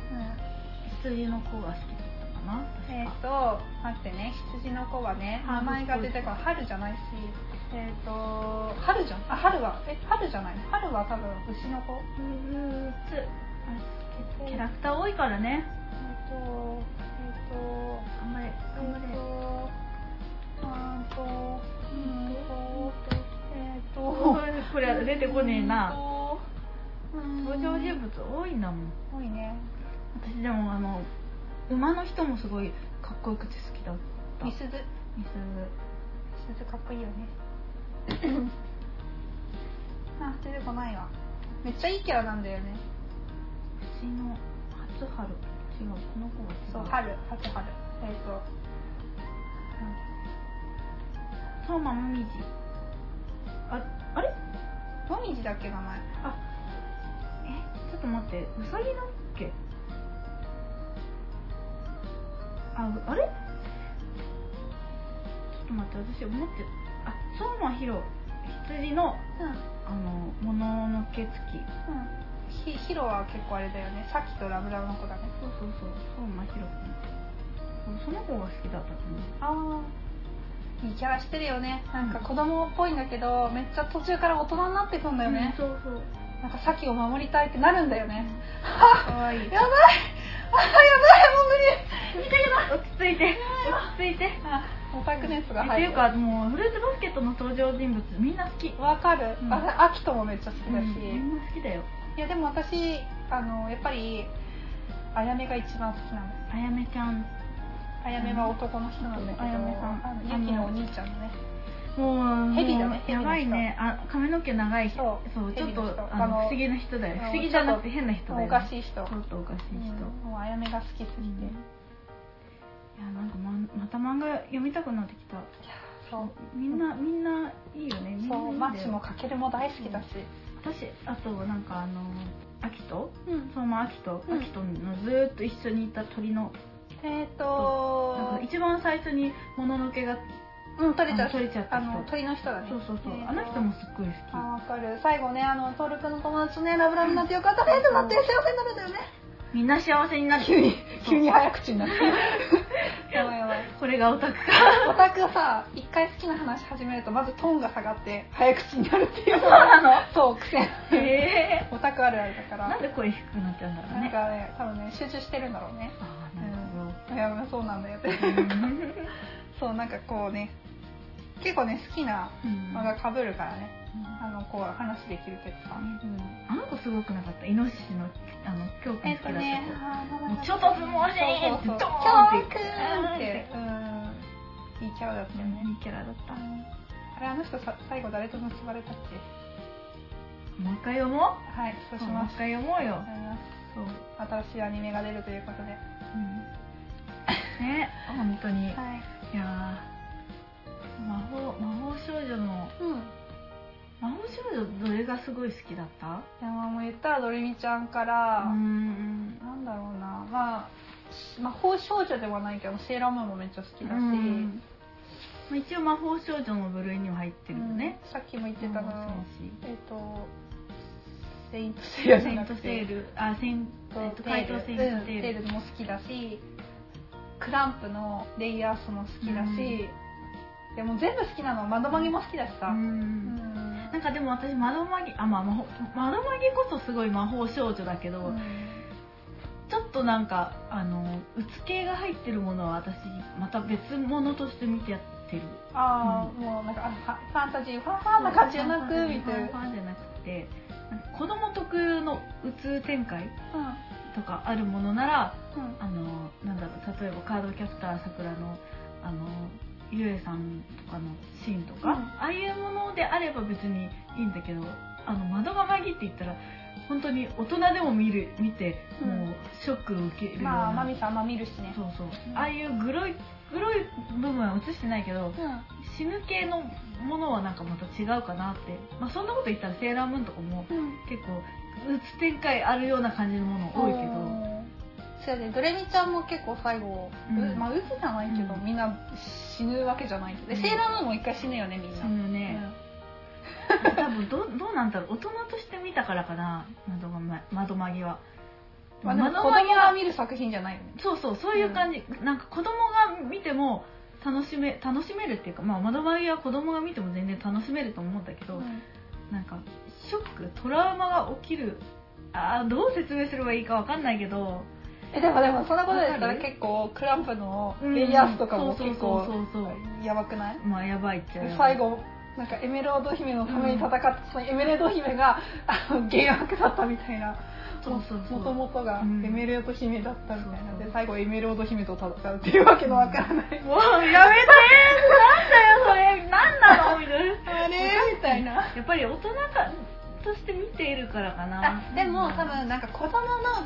Speaker 3: 羊の子が好きだったかな
Speaker 2: えっ、
Speaker 3: 確か
Speaker 2: と待ってね羊の子はね名前が出てこない春じゃないしえっ、と春じゃんあ春はえ春じゃない春は多分牛の子
Speaker 3: うーつキャラクター多いからね
Speaker 2: えっ、とえっ、と
Speaker 3: 頑張れ頑張れ これ出てこねえな登場人物多いんだもん
Speaker 2: 多いね
Speaker 3: 私でもあの馬の人もすごいかっこよくて好きだった
Speaker 2: みすず
Speaker 3: みす
Speaker 2: 鈴かっこいいよ ねあ出てこないわめっちゃいいキャラなんだよね
Speaker 3: ず口の初春違うこの子は違う
Speaker 2: そう春初春えっ、と
Speaker 3: 相馬もみじああれ
Speaker 2: もみじだっけ名前
Speaker 3: えちょっと待ってうさぎだっけあうあれちょっと待って私思ってあ相馬ひろ羊の
Speaker 2: うん
Speaker 3: あのもののけつき
Speaker 2: うんひヒロは結構あれだよねさっきとラブラブの子だね
Speaker 3: そうそうそう相馬ひろその子が好きだったかな
Speaker 2: ああいいキャラしてるよねなんか子供っぽいんだけどめっちゃ途中から大人になってくんだよね、
Speaker 3: そうそう
Speaker 2: なんかさっきを守りたいってなるんだよね、
Speaker 3: かわいい
Speaker 2: やばいあ
Speaker 3: 本当に見たけど落ち着いて落ち着いて
Speaker 2: オタク熱が
Speaker 3: って
Speaker 2: 入
Speaker 3: い
Speaker 2: る
Speaker 3: うかもうフルーツバスケットの登場人物みんな好き
Speaker 2: わかる、
Speaker 3: うん
Speaker 2: あ秋人もめっちゃ好きだし、
Speaker 3: みんな好きだよ
Speaker 2: いやでも私あのやっぱりあやめが一番好きなの
Speaker 3: あやめちゃん
Speaker 2: あやめは男の人なんだけど、
Speaker 3: あやめさん
Speaker 2: あのゆきのお兄ちゃんのね
Speaker 3: もう
Speaker 2: 蛇だね
Speaker 3: もうやばいねあ髪の毛長い
Speaker 2: そう
Speaker 3: ちょっ
Speaker 2: 蛇の人
Speaker 3: とあの
Speaker 2: あの
Speaker 3: 不思議な人だよ
Speaker 2: あの
Speaker 3: 不思議じゃなくて変な人だよね
Speaker 2: おかしい人、
Speaker 3: ちょっとおかしい
Speaker 2: うん
Speaker 3: 人
Speaker 2: もうあやめが好きすぎて、
Speaker 3: うんいやなんかままた漫画読みたくなってきた
Speaker 2: そう
Speaker 3: みんなみんないいよねみんな
Speaker 2: そう
Speaker 3: いいん
Speaker 2: マ
Speaker 3: だ
Speaker 2: ッ
Speaker 3: よ
Speaker 2: チもかけるも大好きだし、
Speaker 3: 私あとなんかあのアキト
Speaker 2: うん
Speaker 3: 相馬アキト
Speaker 2: うん
Speaker 3: アキトのずーっと一緒にいた鳥の
Speaker 2: え
Speaker 3: な
Speaker 2: っ、ー、
Speaker 3: ん
Speaker 2: と
Speaker 3: か一番最初にもののけが
Speaker 2: うん取れち
Speaker 3: あ
Speaker 2: ゃ
Speaker 3: の
Speaker 2: う
Speaker 3: 取れちゃった
Speaker 2: あ
Speaker 3: 人
Speaker 2: の鳥の人だね
Speaker 3: そうそうそう
Speaker 2: えーと
Speaker 3: あの人もすっごい好き
Speaker 2: あわかる最後ねあの登録の友達とねラブラブになってよかったねってなって幸せになるんだよね
Speaker 3: みんな幸せになる
Speaker 2: 急に
Speaker 3: そう
Speaker 2: 急に早口になって やばいやばい
Speaker 3: これがオタクか
Speaker 2: オタクはさ一回好きな話始めるとまずトーンが下がって早口になるっていう
Speaker 3: そうなの
Speaker 2: そう癖
Speaker 3: へえ
Speaker 2: オタクあるあるだから
Speaker 3: なんで声低くなっちゃうんだろう
Speaker 2: なん
Speaker 3: ね
Speaker 2: かね多分ね集中してるんだろうね
Speaker 3: あーなるほど
Speaker 2: いやそうなんだよってそうなんかこうね結構ね好きな
Speaker 3: うん
Speaker 2: のが被るからね
Speaker 3: あ
Speaker 2: あのこう話できるけどさ、うん
Speaker 3: の子すごくなかったイノシシのあの恐怖
Speaker 2: え
Speaker 3: の
Speaker 2: っ
Speaker 3: 好きだった
Speaker 2: とね
Speaker 3: 子
Speaker 2: も
Speaker 3: ちょっと相撲でいい
Speaker 2: そうそうそう
Speaker 3: ドーンって
Speaker 2: キョーンってうんいいキャラだったよね
Speaker 3: いいキャラだった
Speaker 2: あれあの人さ最後誰と結ばれたっけ
Speaker 3: もう一回読も
Speaker 2: はいそううし
Speaker 3: もう
Speaker 2: ま
Speaker 3: 一
Speaker 2: す
Speaker 3: 回読もうよ
Speaker 2: ありがとうございます
Speaker 3: そう、
Speaker 2: 新しいアニメが出るということで、は
Speaker 3: うん、ね本当にい
Speaker 2: い、
Speaker 3: やー魔法魔法少女の
Speaker 2: うん
Speaker 3: 魔法少女どれがすごい好きだった
Speaker 2: 山もう言ったらドレミちゃんから、
Speaker 3: ん
Speaker 2: なんだろうなまあ魔法少女ではないけどセーラームーンもめっちゃ好きだし、
Speaker 3: うんまあ一応魔法少女の部類には入ってるよね、
Speaker 2: うんさっきも言ってたな、えっ、とセイントセイ
Speaker 3: セ
Speaker 2: ラじゃ
Speaker 3: イン
Speaker 2: な
Speaker 3: ト
Speaker 2: く
Speaker 3: セー
Speaker 2: て
Speaker 3: ルあセインえっと怪盗セイントセ
Speaker 2: うん
Speaker 3: ール
Speaker 2: セイルも好きだしクランプのレイヤースも好きだし、でも全部好きなの窓マギも好きだしさ、
Speaker 3: う
Speaker 2: う
Speaker 3: ん
Speaker 2: ん
Speaker 3: なんかでも私窓マギあまあ魔法窓マギこそすごい魔法少女だけど、ちょっとなんかあのうつ系が入ってるものは私また別物として見てやってる
Speaker 2: ああ、もうなんかあファファンタジーファンファンな感じじゃなくみたい
Speaker 3: フ
Speaker 2: な、
Speaker 3: ァンじゃなくてなんか子供特有のうつ展開とかあるものなら
Speaker 2: うんうん、
Speaker 3: あのなんだろう例えばカードキャプターさくらのあのゆえさんとかのシーンとか、
Speaker 2: うん
Speaker 3: ああいうものであれば別にいいんだけどあの窓がまぎって言ったら本当に大人でも見る見て、
Speaker 2: うん
Speaker 3: もうショックを受けるような、
Speaker 2: まあマミさんまあ見るしね
Speaker 3: そうそう、
Speaker 2: うん
Speaker 3: ああいうグロいグロい部分は映してないけど
Speaker 2: うん
Speaker 3: 死ぬ系のものはなんかまた違うかなって、まあ、そんなこと言ったらセーラームーンとかも
Speaker 2: うん
Speaker 3: 結構うつ展開あるような感じのもの多いけど。
Speaker 2: そうやねドレミちゃんも結構最後、
Speaker 3: うん
Speaker 2: うまあうつじゃないけど、
Speaker 3: うん
Speaker 2: みんな死ぬわけじゃないけどで
Speaker 3: うん
Speaker 2: セーラームーンも一回死ぬよねみんな、
Speaker 3: 死ぬね、多分どうどうなんだろう大人として見たからかな窓がま窓間際
Speaker 2: まあ、でも子
Speaker 3: 窓
Speaker 2: 供
Speaker 3: 間
Speaker 2: が
Speaker 3: 際
Speaker 2: 見る作品じゃないよね
Speaker 3: そうそうそういう感じ、なんか子供が見ても楽しめ楽しめるっていうか、まあ、窓間際は子供が見ても全然楽しめると思うんだけど、なんかショックトラウマが起きるあーどう説明すればいいかわかんないけど
Speaker 2: えでもでもそんなことで言った
Speaker 3: わ
Speaker 2: ら
Speaker 3: かる
Speaker 2: 結構クランプのレイヤースとかも
Speaker 3: そう
Speaker 2: 結
Speaker 3: そう
Speaker 2: 構
Speaker 3: そうそうそう
Speaker 2: やばくない
Speaker 3: まあやばいっちゃやばい
Speaker 2: 最後なんかエメロード姫のために戦って、そのエメロード姫があの原悪だったみたいな
Speaker 3: そうそうそう
Speaker 2: もともとが
Speaker 3: う
Speaker 2: エ
Speaker 3: ん
Speaker 2: メロード姫だったみたいな、
Speaker 3: そうそう
Speaker 2: で最後エメロード姫と戦うっていうわけのわからな い、
Speaker 3: もうやめてなんだよそれなんなのみたいな
Speaker 2: あれみたいな
Speaker 3: やっぱり大人かとして見ているからかな
Speaker 2: あでも多分なんか子供の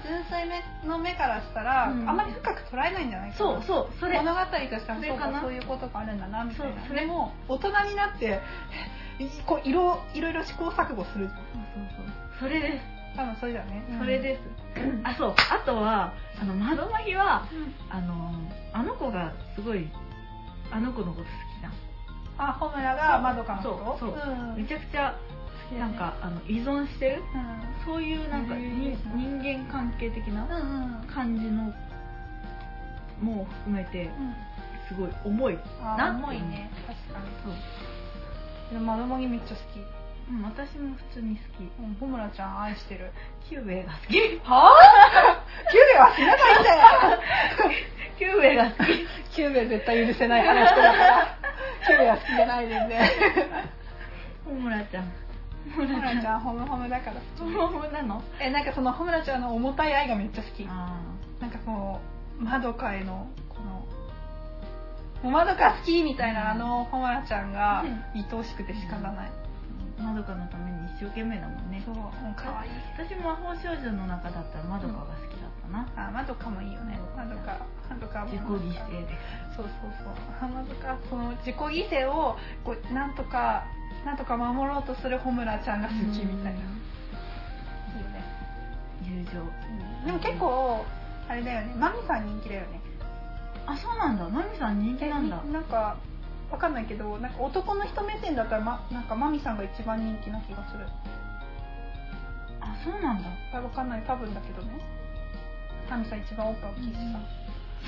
Speaker 2: 純粋目の目からしたら、
Speaker 3: うん
Speaker 2: あまり深く捉えないんじゃないか
Speaker 3: そう
Speaker 2: な
Speaker 3: そうそれ
Speaker 2: 物語としては
Speaker 3: そ
Speaker 2: そ
Speaker 3: れ
Speaker 2: う
Speaker 3: かな
Speaker 2: かそういうことがあるんだなみたい
Speaker 3: そう
Speaker 2: な
Speaker 3: それ
Speaker 2: でも大人になってえこういろいろいろ試行錯誤する
Speaker 3: それです
Speaker 2: 多分それだね、
Speaker 3: それ です、あそうあとはあの窓マギは
Speaker 2: うん
Speaker 3: あのあの子がすごいあの子のこと好きな
Speaker 2: あホムラが窓かのこと
Speaker 3: そうそう
Speaker 2: うん
Speaker 3: めちゃくちゃ
Speaker 2: 好きだ
Speaker 3: な
Speaker 2: ね
Speaker 3: んかあの依存してる
Speaker 2: う
Speaker 3: そういうなんか
Speaker 2: うん
Speaker 3: 人人間関係的
Speaker 2: ん
Speaker 3: な
Speaker 2: うんうん
Speaker 3: 感じのも含めて
Speaker 2: うん
Speaker 3: すごい重い
Speaker 2: あ
Speaker 3: な
Speaker 2: 重いね確か
Speaker 3: そう、
Speaker 2: にでも窓もぎめっちゃ好き
Speaker 3: うん、私も普通に好
Speaker 2: うんホムラちゃん愛してる
Speaker 3: きキューベイが好き
Speaker 2: はあキュウリは死なないんだよ
Speaker 3: が好き
Speaker 2: キューベ絶対許せない話だから キューベは好きじゃないですね
Speaker 3: ホムラちゃん
Speaker 2: ホムラちゃんホムホムだから
Speaker 3: ホムホムなの
Speaker 2: えなんかそのホムラちゃんの重たい愛がめっちゃ好き
Speaker 3: あ
Speaker 2: なんかこうまどかへのこのもうまどか好きみたいなあのホムラちゃんが愛おしくて仕方ない、
Speaker 3: あまどかのために一生懸命だもんね
Speaker 2: そうもう可愛い
Speaker 3: 私魔法少女の中だったらまどかが好きだったな、
Speaker 2: あまどかもいいよねまどかまどかも
Speaker 3: 自己犠牲で
Speaker 2: そうそうそう浜塚その自己犠牲をこうなんとかなんとか守ろうとする穂村ちゃんが好きみたいな、いいよね、
Speaker 3: 友情
Speaker 2: でも結構あれだよねマミさん人気だよね
Speaker 3: あそうなんだマミさん人気なんだ
Speaker 2: えなんかわかんないけどなんか男の人目線だったら、ま、なんかマミさんが一番人気な気がする
Speaker 3: あそうなんだ
Speaker 2: あわかんない多分だけどねマミさん一番多く大きいしさ、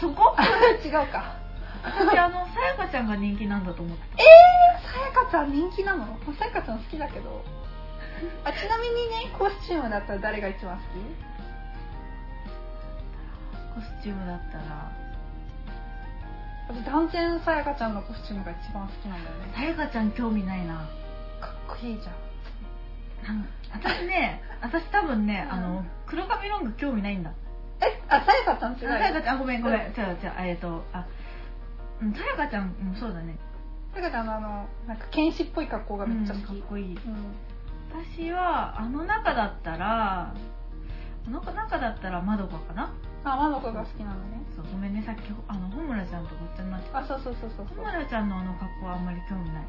Speaker 3: そこ
Speaker 2: 違うか
Speaker 3: 私あのさやかちゃんが人気なんだと思ってた
Speaker 2: さやかちゃん人気なのさやかちゃん好きだけどあちなみにねコスチュームだったら誰が一番好き
Speaker 3: コスチュームだったら
Speaker 2: 私断然さやかちゃんのコスチュームが一番好きなんだよね
Speaker 3: さやかちゃん興味ないな
Speaker 2: かっこいいじゃん
Speaker 3: なん私ね私多分ねあ
Speaker 2: う
Speaker 3: の
Speaker 2: ん
Speaker 3: 黒髪ロング興味ないんだ
Speaker 2: えあさやかちゃん違
Speaker 3: さ
Speaker 2: う
Speaker 3: やかちゃんあごめんごめん
Speaker 2: う
Speaker 3: 違う違うえっとあうんさやかちゃんうんそうだね
Speaker 2: さやかちゃんのあのなんか剣士っぽい格好がめっちゃ好き、
Speaker 3: うん
Speaker 2: うん
Speaker 3: かっこいい私はあの中だったらあの中だったらまどかかな
Speaker 2: あまの子が好きなのね
Speaker 3: そうごめんねさっきあの穂村ちゃんとごっちゃになって
Speaker 2: あそうそうそうそうそ
Speaker 3: 穂
Speaker 2: う
Speaker 3: 村ちゃんのあの格好はあんまり興味ない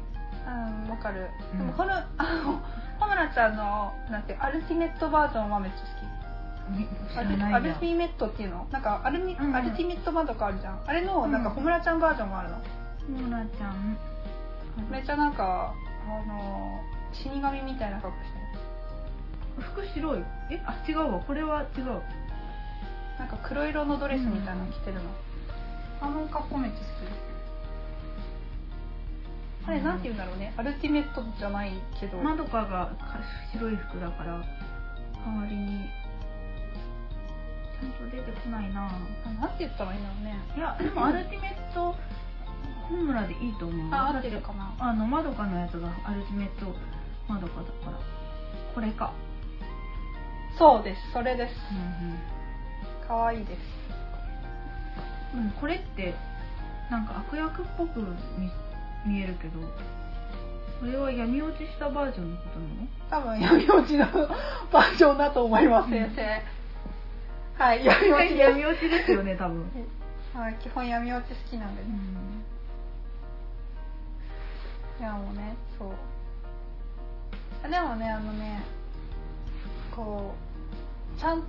Speaker 2: うんわかる、
Speaker 3: うん
Speaker 2: でもこのあのホムラちゃんのなんてアルティメットバージョンはめっちゃ好き
Speaker 3: み知
Speaker 2: ア
Speaker 3: ら
Speaker 2: ル
Speaker 3: ない
Speaker 2: アル
Speaker 3: や
Speaker 2: ティメットっていうのなんかアルミ、
Speaker 3: うんうん
Speaker 2: アルティメットマドかあるじゃんあれのなんか
Speaker 3: うん
Speaker 2: ホムラちゃんバージョンもあるの、
Speaker 3: 穂村ちゃん
Speaker 2: めっちゃなんかあの死神みたいな格好してる
Speaker 3: 服白いえあ違うわこれは違う
Speaker 2: なんか黒色のドレスみたいなの着てるの、あの格好めっちゃ好きあれなんて言うんだろうねアルティメットじゃないけど、
Speaker 3: まどかがか白い服だから代わりにちゃんと出てこないな
Speaker 2: あなんて言ったらいいんだろうね
Speaker 3: いやでもアルティメット本村でいいと思う
Speaker 2: あ合ってるかな
Speaker 3: あのまどかのやつがアルティメットまどかだからこれか
Speaker 2: そうですそれです
Speaker 3: う
Speaker 2: 可愛いです
Speaker 3: んうん、これってなんか悪役っぽく見見えるけどこれは闇落ちしたバージョンのことなの
Speaker 2: 多分闇落ちのバージョンだと思います先生、はい闇 落ちです
Speaker 3: 闇落ちですよね多分、
Speaker 2: はい基本闇落ち好きなんでね、いやもうねそうあでもねあのねこうちゃん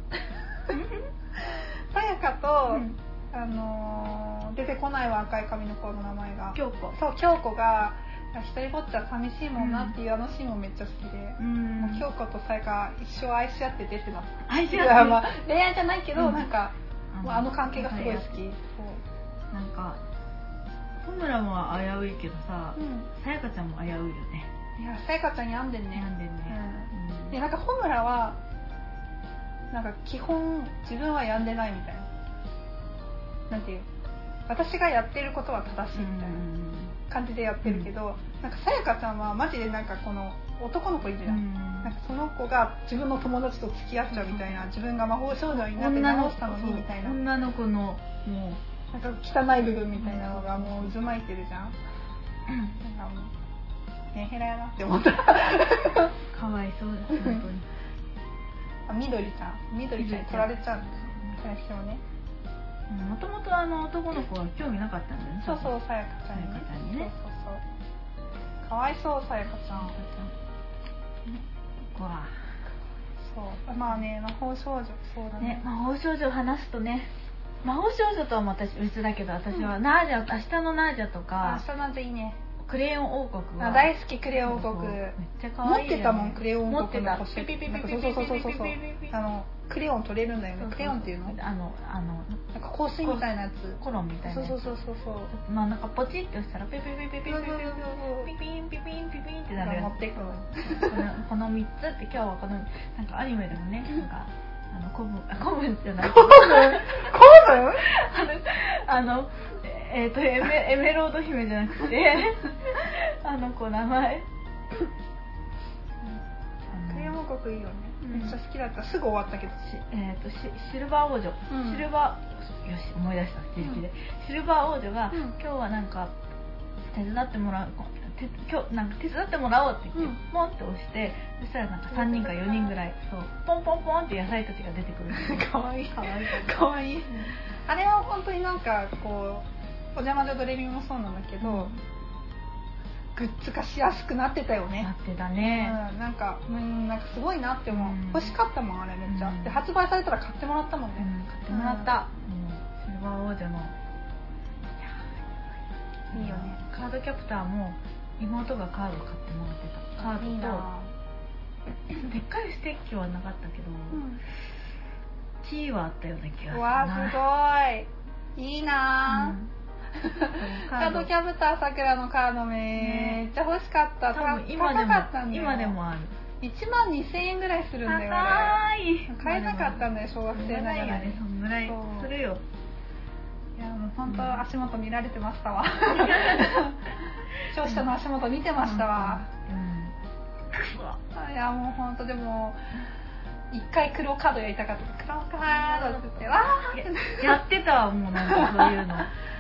Speaker 2: さやかと、
Speaker 3: うん
Speaker 2: あのー出てこないわ赤い髪の子の名前が
Speaker 3: 京子
Speaker 2: そう京子が一人ぼっちは寂しいもんなっていう、あのシーンもめっちゃ好きで、
Speaker 3: うん
Speaker 2: もう京子とさやか一生愛し合って出てます
Speaker 3: 愛し
Speaker 2: い
Speaker 3: 合
Speaker 2: や
Speaker 3: って
Speaker 2: まあ恋愛じゃないけど、
Speaker 3: うん
Speaker 2: なんか、まあ、あの関係がすごい好き、
Speaker 3: なんか穂村も危ういけどさ
Speaker 2: そううん
Speaker 3: さやかちゃんも危ういよね
Speaker 2: いやさやかちゃんに病んでんね、
Speaker 3: 悩んでんね、うん
Speaker 2: でなんか穂村はなんか基本自分はやんでないみたいななんていう私がやってることは正しいみたいな感じでやってるけど、なんかさやかちゃんはマジでなんかこの男の子いるじゃん、なんかその子が自分の友達と付き合っちゃうみたいな、自分が魔法少女になって
Speaker 3: 女の
Speaker 2: 直
Speaker 3: 子
Speaker 2: したのにみたいな
Speaker 3: 女の子のもう
Speaker 2: なんか汚い部分みたいなのがもう渦巻いてるじゃんなんかもうメンヘラやなって思った
Speaker 3: かわいそうだ本当に
Speaker 2: あみどりちゃんみどりちゃんに取られちゃうんだよ最初ね
Speaker 3: もともとあの男の子は興味なかったんだよね
Speaker 2: そうそうさやかちゃん
Speaker 3: さ
Speaker 2: に
Speaker 3: やかちゃんにね
Speaker 2: そうそうそうかわいそうさやかちゃん
Speaker 3: ここは
Speaker 2: そうまあね魔法少女そうだ
Speaker 3: ね
Speaker 2: ね
Speaker 3: 魔法少女を話すとね魔法少女とはまた別だけど私はナージャ明日のナージャと
Speaker 2: あ
Speaker 3: か
Speaker 2: 明日なんていいね
Speaker 3: クレヨン王国
Speaker 2: あ
Speaker 3: は
Speaker 2: 大好きクレヨン王
Speaker 3: そう
Speaker 2: 国
Speaker 3: めっちゃ可
Speaker 2: 持
Speaker 3: 愛い
Speaker 2: っ
Speaker 3: よね
Speaker 2: てたもんクレヨン王国の
Speaker 3: 持って
Speaker 2: 星
Speaker 3: たピピピピピピ
Speaker 2: そうそうそうそう
Speaker 3: ピ
Speaker 2: そう
Speaker 3: ピピピ
Speaker 2: あのクレヨン取れるんだよねクレヨンっていうのなんか
Speaker 3: あのあの
Speaker 2: 香水みたいなやつ
Speaker 3: コロンみたいな
Speaker 2: そう
Speaker 3: やつ
Speaker 2: そうそうそうそう
Speaker 3: 真ん中ポチって押したらピピピピピピピ
Speaker 2: そうそうそうそう
Speaker 3: ピピンピピンピピンってなる
Speaker 2: 持
Speaker 3: や
Speaker 2: ってくの
Speaker 3: つこのこの3つって今日はこのなんかアニメでもねなんかあの古文あ古文じゃない
Speaker 2: 古文
Speaker 3: あのあのえっ、とエメエメロード姫じゃなくてあの子名前
Speaker 2: 大英王国いいよね、
Speaker 3: うん
Speaker 2: めっちゃ好きだったすぐ終わったけど
Speaker 3: しえっ、としシルバー王女、
Speaker 2: うん
Speaker 3: シルバーよし思い出した自力で、シルバー王女が、
Speaker 2: うん
Speaker 3: 今日はなんか手伝ってもらうて今日なんか手伝ってもらおうって言って、
Speaker 2: う
Speaker 3: ポンって押してそしたらなんか3人か4人ぐらいそうポンポンポンって野菜たちが出てく る
Speaker 2: かわいい
Speaker 3: かわいい
Speaker 2: かわいいあれは本当になんかこう「お邪魔女ドレミ」もそうなんだけど、グッズ化しやすくなってたよね
Speaker 3: なってた
Speaker 2: う
Speaker 3: ね、
Speaker 2: ん、なんかうんなんかすごいなって思う、
Speaker 3: うん
Speaker 2: 欲しかったもんあれめっちゃ、
Speaker 3: うん
Speaker 2: で発売されたら買ってもらったもん
Speaker 3: う
Speaker 2: ね、
Speaker 3: ん買ってもらった、うんシルバー王女の
Speaker 2: いいよね
Speaker 3: カードキャプターも妹がカード買ってもらってたカードと
Speaker 2: いいな
Speaker 3: でっかいステッキはなかったけど、
Speaker 2: ぁ、うん
Speaker 3: キーはあったような気がする
Speaker 2: う
Speaker 3: な
Speaker 2: わーすごいいいな
Speaker 3: うん
Speaker 2: ぁ、カードキャプターさくらのカードめっちゃ欲しかった、
Speaker 3: 多分今
Speaker 2: 高かったんだ
Speaker 3: で
Speaker 2: よ
Speaker 3: も今でもある
Speaker 2: 1万2000円ぐらいするんだよ
Speaker 3: 高
Speaker 2: あ
Speaker 3: い
Speaker 2: れ買えなかったんだよ小学
Speaker 3: そん
Speaker 2: 生
Speaker 3: な
Speaker 2: な
Speaker 3: な
Speaker 2: が
Speaker 3: い
Speaker 2: ら
Speaker 3: よ
Speaker 2: に
Speaker 3: ねそんぐらい
Speaker 2: そう
Speaker 3: するよ
Speaker 2: いやもう本当足元見られてました わ消費者の足元見てましたわ、
Speaker 3: うんくそ
Speaker 2: あいやもう本当でも一回黒カードやりたかった黒カードって言ってわーって
Speaker 3: やってたわもうなんかそういうの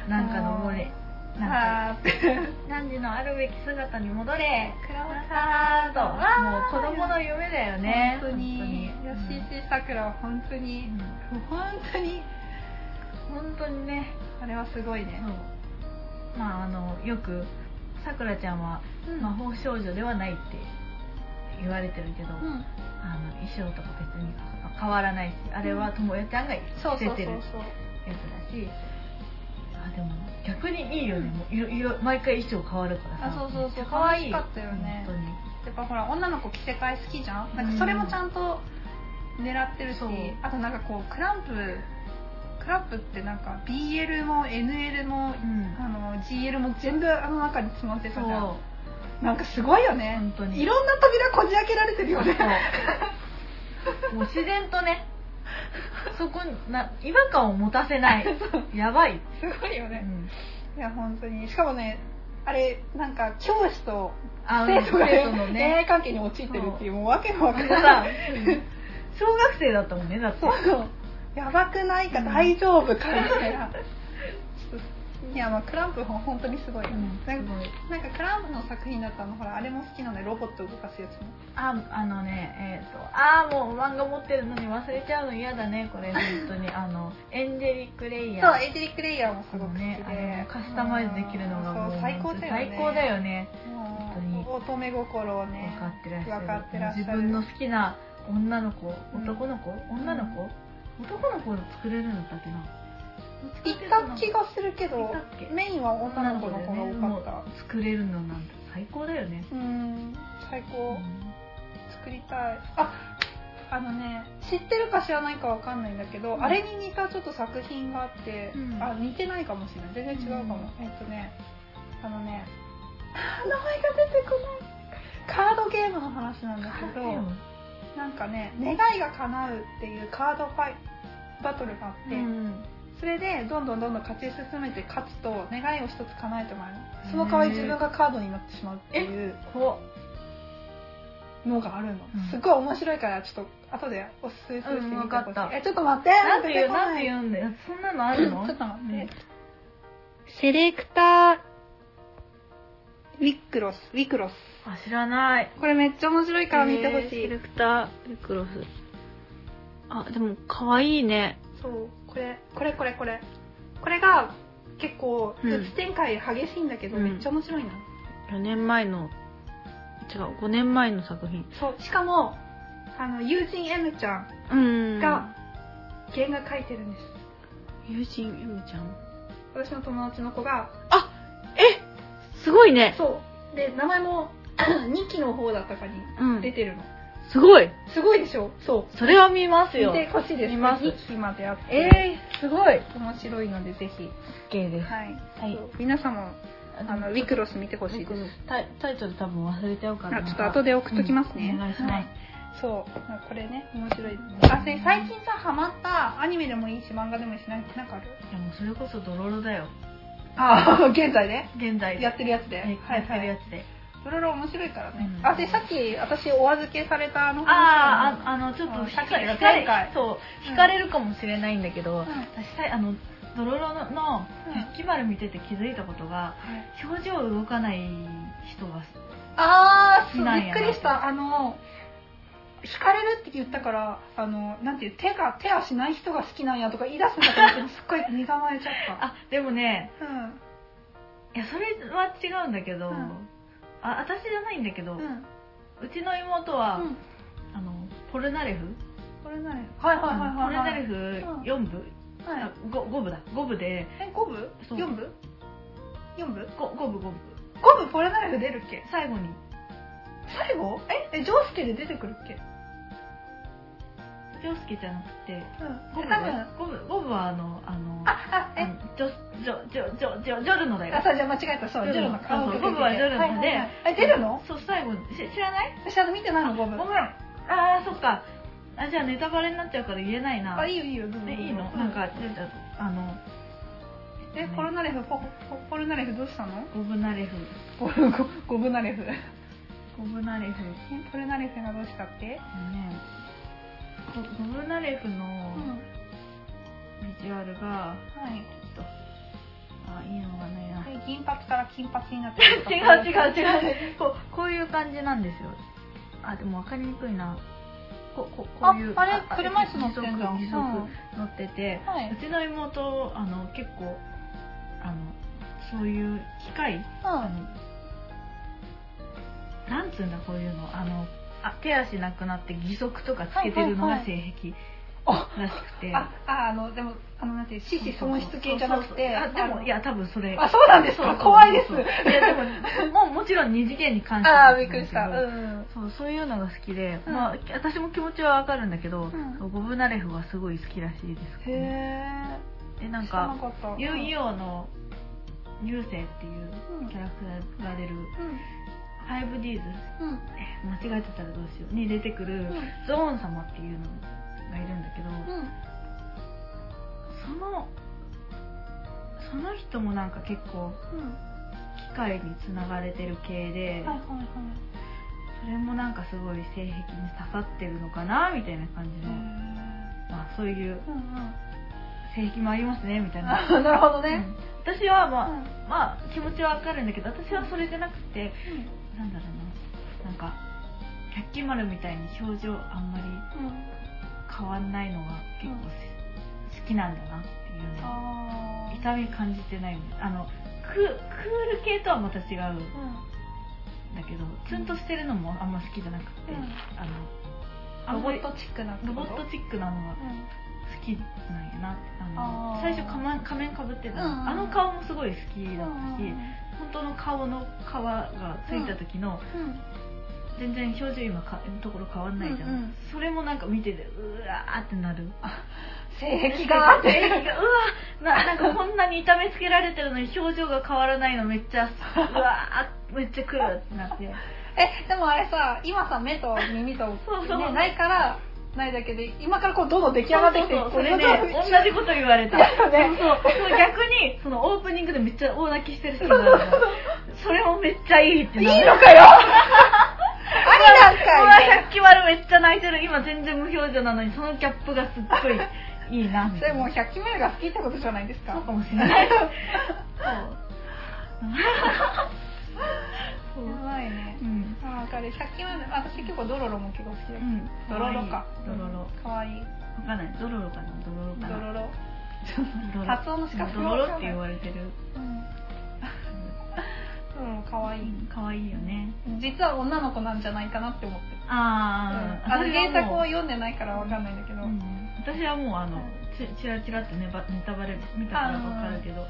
Speaker 3: なんかのれなんか
Speaker 2: あーって
Speaker 3: 何時のあるべき姿に戻れ
Speaker 2: 黒
Speaker 3: カード
Speaker 2: わー
Speaker 3: もう子供の夢だよね
Speaker 2: 本当に
Speaker 3: 本当
Speaker 2: いや
Speaker 3: に
Speaker 2: CC さくらは本当に
Speaker 3: うん
Speaker 2: 本当に
Speaker 3: 本当にね
Speaker 2: あれはすごいね
Speaker 3: そうまああのよくさくらちゃんは
Speaker 2: うん
Speaker 3: 魔法少女ではないって言われてるけど、
Speaker 2: うん
Speaker 3: あの衣装とか別に変わらないしあれはともやちゃんが着
Speaker 2: そうそう
Speaker 3: せ
Speaker 2: そう
Speaker 3: てるやつ
Speaker 2: そう
Speaker 3: だしあでも逆にいいよね、もういろいろ毎回衣装変わるからさ
Speaker 2: あそうそうそう
Speaker 3: めっちゃ可愛い
Speaker 2: 可愛かったよね
Speaker 3: 本
Speaker 2: やっぱほら女の子着せ替え好きじゃんなん
Speaker 3: う
Speaker 2: か
Speaker 3: ん
Speaker 2: それもちゃんと狙ってるし
Speaker 3: そう
Speaker 2: あとなんかこうクランプクランプってなんか BL も NL も
Speaker 3: 当にうん
Speaker 2: あの GL も全部あの中に詰まってた
Speaker 3: そ
Speaker 2: じゃん
Speaker 3: う
Speaker 2: なんかすごいよね
Speaker 3: 本当に
Speaker 2: いろんな扉こじ開けられてるよね
Speaker 3: そうもう自然とねそこにな違和感を持たせ ないやばい、
Speaker 2: すごいよ
Speaker 3: う
Speaker 2: ね、
Speaker 3: ん、
Speaker 2: いや本当にしかもねあれなんか教師と
Speaker 3: あ
Speaker 2: 生徒が
Speaker 3: 生徒の
Speaker 2: 恋愛
Speaker 3: ね
Speaker 2: 関係に陥ってるっていうもうわけもわか
Speaker 3: み
Speaker 2: ら
Speaker 3: んな
Speaker 2: な
Speaker 3: さ
Speaker 2: い
Speaker 3: 小学生だったもんねだって
Speaker 2: そうそうやばくないか
Speaker 3: うん
Speaker 2: 大丈夫かみたいなちょっ といやまあクランプほん本当にすごいよね、
Speaker 3: うん
Speaker 2: なんか
Speaker 3: すごい
Speaker 2: なんかクランプの作品だったのほらあれも好きなのよロボット動かすやつも
Speaker 3: ああのねえっ、とああもう漫画持ってるのに忘れちゃうの嫌だねこれ本 当にあのエンジェリック・レイヤー
Speaker 2: そうエイジリックレイヤーもすごく好きで、
Speaker 3: ねあのカスタマイズできるのが
Speaker 2: うん
Speaker 3: も
Speaker 2: そうう最高だよね
Speaker 3: 最高だよね
Speaker 2: も
Speaker 3: 本当に
Speaker 2: う乙女心をね
Speaker 3: 分かってらっしゃる
Speaker 2: 分かってらっしゃる
Speaker 3: 自分の好きな女の子
Speaker 2: うん
Speaker 3: 男の子、女の子男の子を作れるんだったっけな
Speaker 2: 行った気がするけ
Speaker 3: い
Speaker 2: ど
Speaker 3: たっけ
Speaker 2: メインは女の子の方が多かっ
Speaker 3: もう作れるのなんて最高だよね、
Speaker 2: たうん最
Speaker 3: う
Speaker 2: 高
Speaker 3: ん
Speaker 2: 作りたいああのね知ってるか知らないかわかんないんだけど、
Speaker 3: うん
Speaker 2: あれに似たちょっと作品があって、
Speaker 3: うん
Speaker 2: あ似てないかもしれない全然違うかも、えっとねあのね あー名前が出てこないカードゲームの話なんだけどなんかね願いが叶うっていうカードファイバトルがあって、
Speaker 3: うん
Speaker 2: それでどんどんどんどん勝ち進めて勝つと願いを一つ叶えてもらえるその代わり自分がカードになってしまうっていう
Speaker 3: こ
Speaker 2: のがあるの、
Speaker 3: うん
Speaker 2: すっごい面白いからちょっと後でおすすめするし
Speaker 3: うん
Speaker 2: 見てほし
Speaker 3: わ
Speaker 2: い、
Speaker 3: かった
Speaker 2: えちょっと待って
Speaker 3: うなんていうなんてい
Speaker 2: 出こ
Speaker 3: うのよそんなのあるの
Speaker 2: ちょっと待って、
Speaker 3: うん
Speaker 2: セレクターウィックロスウィクロス
Speaker 3: あ知らない
Speaker 2: これめっちゃ面白いから見てほ
Speaker 3: え
Speaker 2: し
Speaker 3: ー
Speaker 2: い、
Speaker 3: セレクタールクロスあでも可愛いね
Speaker 2: そうこれこれこれこれこれが結構
Speaker 3: うん
Speaker 2: 物展開激しいんだけど、
Speaker 3: うん
Speaker 2: めっちゃ面白いな、
Speaker 3: 4年前の違う5年前の作品
Speaker 2: そうしかもあの友人 M ちゃん
Speaker 3: うん
Speaker 2: が原画描いてるんです、
Speaker 3: 友人 M ちゃん
Speaker 2: 私の友達の子が
Speaker 3: えすごいね
Speaker 2: そうで名前も2 期の方だったかに
Speaker 3: うん
Speaker 2: 出てるの、
Speaker 3: すごい
Speaker 2: すごいでしょそ
Speaker 3: それは見ます
Speaker 2: う見
Speaker 3: よ
Speaker 2: てほしいです
Speaker 3: 見ます
Speaker 2: 2期まであって
Speaker 3: えー、すごい
Speaker 2: 面白いのでぜひ
Speaker 3: OK です
Speaker 2: はい、
Speaker 3: はい
Speaker 2: そう皆さんもあのウィクロス見てほしいです
Speaker 3: タイタイトル多分忘れちゃうから
Speaker 2: あちょっと後で送っときますね、
Speaker 3: うんお願いします
Speaker 2: そうこれね面白いあで最近さハマったアニメでもいいし漫画でもいいし何なんかある
Speaker 3: いやもうそれこそドロロだよ
Speaker 2: あ あ、現在ね。
Speaker 3: 現在
Speaker 2: やってるやつで。
Speaker 3: ねやってるやつで
Speaker 2: いろいろ面白いからね。
Speaker 3: うん
Speaker 2: あ、で、さっき私お預けされたあの話
Speaker 3: あーあ
Speaker 2: あ
Speaker 3: あのちょっと
Speaker 2: あーさっ
Speaker 3: 惹
Speaker 2: き
Speaker 3: か
Speaker 2: の
Speaker 3: 惹か
Speaker 2: 前
Speaker 3: れ
Speaker 2: 回
Speaker 3: そう
Speaker 2: うん
Speaker 3: 惹かれるかもしれないんだけど、
Speaker 2: ん
Speaker 3: 私さあのドロロのの
Speaker 2: うん
Speaker 3: 復帰丸見てて気づいたことが表情動かない人が
Speaker 2: あーそう
Speaker 3: なん
Speaker 2: び
Speaker 3: や
Speaker 2: っ
Speaker 3: な
Speaker 2: くりした。あの、惹かれるって言ったから、あの、なんていう、手が、手足ない人が好きなんやとか言い出すんだと思 って、すっごい身構えちゃった。
Speaker 3: あでもね
Speaker 2: うん。
Speaker 3: いやそれは違うんだけど、
Speaker 2: うん
Speaker 3: あ私じゃないんだけど、
Speaker 2: う。
Speaker 3: うんちの妹は、
Speaker 2: うん。
Speaker 3: あのポルナレフ
Speaker 2: これ何はいはいはいはい。
Speaker 3: ポルナレ
Speaker 2: フ。
Speaker 3: フ
Speaker 2: うん
Speaker 3: 4部、
Speaker 2: は
Speaker 3: あ
Speaker 2: い。
Speaker 3: ご 5, 部だ5部で
Speaker 2: え、5部
Speaker 3: そう
Speaker 2: ?4 部 ?4 部
Speaker 3: ご5部5部
Speaker 2: ?5 部ポレナイフ出るっけ
Speaker 3: 最後に
Speaker 2: 最後え、え、ジョウスケで出てくるっけ
Speaker 3: ジョウスケじゃなくて
Speaker 2: うん。
Speaker 3: ゴ
Speaker 2: で
Speaker 3: ブ
Speaker 2: 多分、
Speaker 3: ゴブゴブはあのあの
Speaker 2: あ、あ、え、
Speaker 3: うんジョジョジョジョジョジョルノだよ
Speaker 2: あ、そうじゃあ間違えた、そう、ジョルノ
Speaker 3: そうそうゴブはジョルノで、
Speaker 2: え、出るの
Speaker 3: そう最後にし知らない
Speaker 2: 私あの見てないの、ゴブ。
Speaker 3: ごめんあーそっかあじゃあネタバレになっちゃうから言えないな
Speaker 2: あ、いいよいいよ、どうぞ
Speaker 3: ねいいの、
Speaker 2: う
Speaker 3: なんかじゃあじゃああの
Speaker 2: え、ポルナレフ、ポ、ポポルナレフどうしたの
Speaker 3: ゴブナレフ
Speaker 2: ゴブ、ゴゴブナレフ。え、
Speaker 3: ゴブナレフね
Speaker 2: ポルナレフがどうしたって
Speaker 3: ゴゴブナレフの
Speaker 2: うん。
Speaker 3: ビジュアルが、
Speaker 2: はい。
Speaker 3: ちょっとあいいのがないな、
Speaker 2: はい、銀髪から金髪になってる
Speaker 3: 違う違う 違うこうこういう感じなんですよあでも分かりにくいなこここういう
Speaker 2: ああれ車椅子乗ってんじゃん
Speaker 3: 二足二足乗ってて、
Speaker 2: は
Speaker 3: う
Speaker 2: い。
Speaker 3: ちの妹あの結構あのそういう機械あのなんつうんだこういうのあのあ手足なくなって義足とかつけてるの
Speaker 2: はい
Speaker 3: が
Speaker 2: はい
Speaker 3: 性癖
Speaker 2: あ
Speaker 3: らしくて、
Speaker 2: あ、ああの、でも、あの、なんていう、四肢損失系じゃなくて、
Speaker 3: そうそうそうあでもい
Speaker 2: や、
Speaker 3: や多分それ
Speaker 2: あ、そうなんです
Speaker 3: そうそう
Speaker 2: か、
Speaker 3: そう
Speaker 2: 怖いです。
Speaker 3: いやでももうもちろん二次元に関して
Speaker 2: あ
Speaker 3: なん
Speaker 2: あ、び
Speaker 3: で
Speaker 2: っ
Speaker 3: す
Speaker 2: く
Speaker 3: けど
Speaker 2: りした。うん。
Speaker 3: そうそういうのが好きで、
Speaker 2: うん
Speaker 3: まあ、私も気持ちはわかるんだけど、
Speaker 2: ん
Speaker 3: そうゴブナレフがすごい好きらしいです、
Speaker 2: へ
Speaker 3: で
Speaker 2: え。
Speaker 3: なん
Speaker 2: 知らな
Speaker 3: か
Speaker 2: かった。
Speaker 3: 遊戯
Speaker 2: 王。
Speaker 3: 王の流星っていう
Speaker 2: うん
Speaker 3: キャラクターが出る
Speaker 2: うん。
Speaker 3: 5Ds
Speaker 2: うん。
Speaker 3: え間違えてたらどうしように出てくるゾーン様っていうのがいるんだけど、
Speaker 2: うん。
Speaker 3: そのその人もなんか結構
Speaker 2: うん。
Speaker 3: 機械につながれてる系で、
Speaker 2: はいはいはい。
Speaker 3: それもなんかすごい性癖に刺さってるのかなみたいな感じ
Speaker 2: へ
Speaker 3: の、まあ、そういう
Speaker 2: え。うんうん。
Speaker 3: 性癖もありますねみたいな、
Speaker 2: あなるほど
Speaker 3: う
Speaker 2: ね。
Speaker 3: ん私はまあ、
Speaker 2: うん
Speaker 3: まあ気持ちはわかるんだけど私はそれじゃなくて
Speaker 2: うん
Speaker 3: なんだろうななんか百鬼丸みたいに表情あんまり
Speaker 2: うん。
Speaker 3: 変わんないのが結構し、好きなんだなっていうのを
Speaker 2: ああ。
Speaker 3: 痛み感じてないんですあのククール系とはまた違うん
Speaker 2: う
Speaker 3: だけどツンとしてるのもあんま好きじゃなくて、
Speaker 2: うん
Speaker 3: あのあ
Speaker 2: ん。ロ
Speaker 3: ん
Speaker 2: ボ
Speaker 3: まり
Speaker 2: ットチックな。
Speaker 3: ロボット。チックなのが
Speaker 2: うん。
Speaker 3: 好きなんやなあの
Speaker 2: あー
Speaker 3: 最初仮面仮面かぶってたの、
Speaker 2: うんうん
Speaker 3: あの顔もすごい好きだったし、
Speaker 2: う
Speaker 3: 本当の顔の皮がついた時の、
Speaker 2: ん。
Speaker 3: 全然表情今かところ変わんないじゃん、
Speaker 2: うんうん
Speaker 3: それもなんか見ててうわーってなる
Speaker 2: 性癖が。
Speaker 3: 性癖がうわななんかこんなに痛めつけられてるのに表情が変わらないのめっちゃうわーめっちゃくるってなって
Speaker 2: え、でもあれさ、今さ、目と耳と、ね
Speaker 3: そうそう、
Speaker 2: ないから、ないだけで、今からこう、どんどん出来上がってきて、
Speaker 3: そうそうそれ
Speaker 2: こう
Speaker 3: で
Speaker 2: どんどん
Speaker 3: 同じこと言われた
Speaker 2: だよね
Speaker 3: そうそうそう逆にそのオープニングでめっちゃ大泣きしてる人があるのそれもめっちゃいいって
Speaker 2: いい
Speaker 3: な
Speaker 2: のかよ あ
Speaker 3: う
Speaker 2: りな
Speaker 3: わ
Speaker 2: んかい
Speaker 3: 百鬼丸めっちゃ泣いてる今全然無表情なのにそのギャップがすっごいいいなみた
Speaker 2: それ
Speaker 3: い
Speaker 2: もう
Speaker 3: な
Speaker 2: 百鬼丸が好きってことじゃないですか
Speaker 3: そうかもしれないそう
Speaker 2: やばいね
Speaker 3: うん
Speaker 2: あわかる百鬼丸私結構ドロロも結構好きだけど、
Speaker 3: うん
Speaker 2: ドロロか
Speaker 3: ドロロわ
Speaker 2: かわいい
Speaker 3: かんないドロロかなドロロか
Speaker 2: ド
Speaker 3: な
Speaker 2: ロロ、
Speaker 3: ドロロ
Speaker 2: 発音の仕方
Speaker 3: ドロロって言われてる
Speaker 2: うん、ドロロかわいい
Speaker 3: 可愛いよね
Speaker 2: 実は女の子なんじゃないかなって思ってる
Speaker 3: あ
Speaker 2: うん
Speaker 3: あ
Speaker 2: あの原作を読んでないからわかんないんだけど、うん
Speaker 3: 私はもうあのちちらちらっとねばネタバレ見たからわかるけど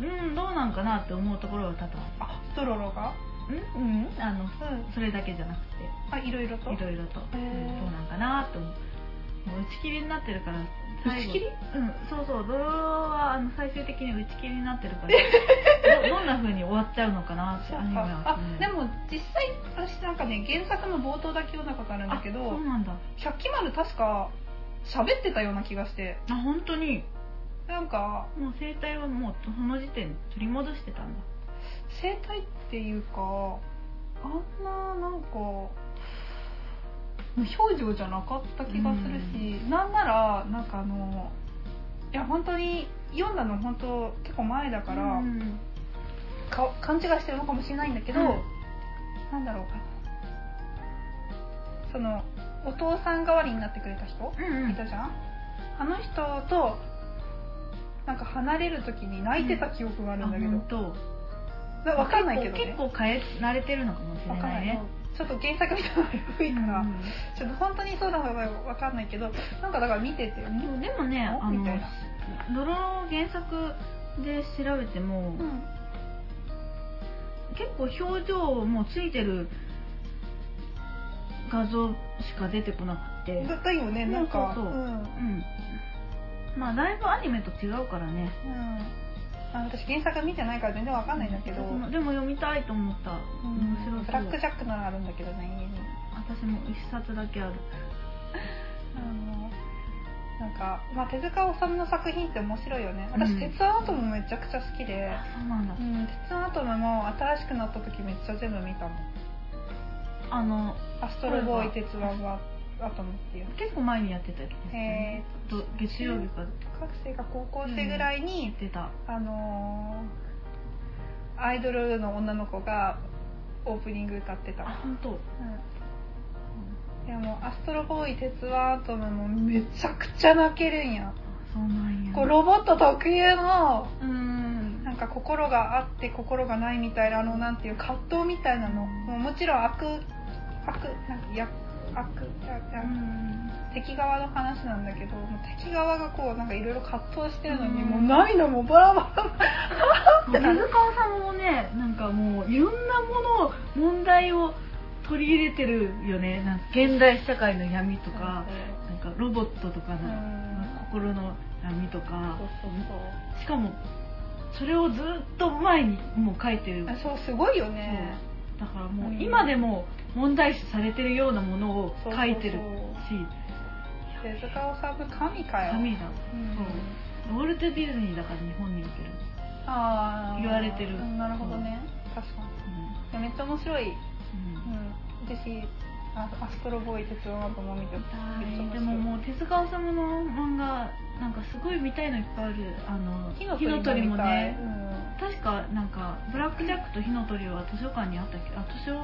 Speaker 3: うんどうなんかなって思うところは多々あ
Speaker 2: あドロロが
Speaker 3: るうんうんあの
Speaker 2: うん
Speaker 3: それだけじゃなくて
Speaker 2: あいろいろと
Speaker 3: いろいろと、
Speaker 2: へー
Speaker 3: そうなんかなと思うもう打ち切りになってるから
Speaker 2: 打ち切り
Speaker 3: うんそうそうドロロはあの最終的に打ち切りになってるからど どんな風に終わっちゃうのかなってアニメは
Speaker 2: あ
Speaker 3: うん
Speaker 2: でも実際私なんかね原作の冒頭だけ読んだことあるんだけ
Speaker 3: あ
Speaker 2: ど
Speaker 3: そうなんだ
Speaker 2: 百鬼丸確か喋ってたような気がして
Speaker 3: あ本当に
Speaker 2: なんか
Speaker 3: もう生態はもうその時点で取り戻してたんだ
Speaker 2: 生態っていうかあんななんか無表情じゃなかった気がするし、なんならなんかあのいや本当に読んだの本当結構前だから、
Speaker 3: うん
Speaker 2: か勘違いしてるのかもしれないんだけど、
Speaker 3: うん
Speaker 2: なんだろうかなそのお父さん代わりになってくれた人
Speaker 3: うん
Speaker 2: いたじゃんあの人となんか離れる時に泣いてた記憶があるんだけど、
Speaker 3: あ本
Speaker 2: だ
Speaker 3: 当
Speaker 2: わかんないけどね
Speaker 3: 結構結構変えられてるのかもしれ
Speaker 2: わかん
Speaker 3: な
Speaker 2: ないい
Speaker 3: ね
Speaker 2: ちょっと原作みたいなのが古いから、
Speaker 3: うん
Speaker 2: ちょっと本当にそうなのかわかんないけどなんかだから見てて
Speaker 3: でもでもねあ
Speaker 2: お
Speaker 3: の
Speaker 2: みたいな
Speaker 3: 泥の原作で調べても、結構表情もついてる画像しか出てこなくて
Speaker 2: だったよねなんか
Speaker 3: そうそうそうんうんまあだいぶアニメと違うからね
Speaker 2: うんあ私原作見てないから全然わかんないんだけど、
Speaker 3: 私もでも読みたいと思った、面白そう
Speaker 2: ブラックジャックならあるんだけどね家に
Speaker 3: 私も一冊だけある
Speaker 2: あのなんか、まあ、手塚治虫の作品って面白いよね
Speaker 3: うん
Speaker 2: 私、鉄腕アトムめちゃくちゃ好きで、
Speaker 3: そうなんだ
Speaker 2: うん、鉄腕アトムも新しくなった時めっちゃ全部見たもん
Speaker 3: あの
Speaker 2: アストロボーイ鉄腕はアトムっていう
Speaker 3: 結構前にやってたやつです
Speaker 2: え
Speaker 3: ねと月曜日から
Speaker 2: 学生が高校生ぐらい
Speaker 3: や
Speaker 2: に
Speaker 3: っ、てた
Speaker 2: あのーアイドルの女の子がオープニング歌ってた
Speaker 3: あ本当
Speaker 2: うん、でもアストロボーイ鉄腕アトムもめちゃくちゃ泣けるんや
Speaker 3: そうなんや
Speaker 2: こうロボット特有の
Speaker 3: うん
Speaker 2: なんか心があって心がないみたいなあのなんていう葛藤みたいなのもうもちろん悪悪なんかや悪
Speaker 3: う
Speaker 2: 悪
Speaker 3: ん
Speaker 2: 敵側の話なんだけどもう敵側がこうなんかいろいろ葛藤してるのに
Speaker 3: うん
Speaker 2: もう涙もバラバラ
Speaker 3: 手塚さんもねなんかもういろんなものを問題を取り入れてるよねなんか現代社会の闇と
Speaker 2: と
Speaker 3: かなんかロボットとか
Speaker 2: う
Speaker 3: の
Speaker 2: ん
Speaker 3: 心の闇とか
Speaker 2: そうそうそ
Speaker 3: しかもそれをずっと前にもう書いてる
Speaker 2: うあそうすごいよね
Speaker 3: だからも
Speaker 2: う
Speaker 3: うん今でも問題視されてるようなものを
Speaker 2: そうそう
Speaker 3: 書いてるし
Speaker 2: 手塚治虫神かよ
Speaker 3: 神だ
Speaker 2: うん
Speaker 3: ウォルト・ディズニーだから日本における、
Speaker 2: ああ
Speaker 3: 言われてる
Speaker 2: なるほどね確かにいやめっちゃ面白い、
Speaker 3: うんうん
Speaker 2: うん、私あアストロボーイ鉄腕アトムも見てめっちゃ面白い
Speaker 3: でももう手塚治虫の漫画なんかすごい見たいのいっぱいあるあの
Speaker 2: 火の鳥も見たい
Speaker 3: もね
Speaker 2: う、ん
Speaker 3: 確かなんかブラックジャックと火の鳥は図書館にあったけどあ図書ん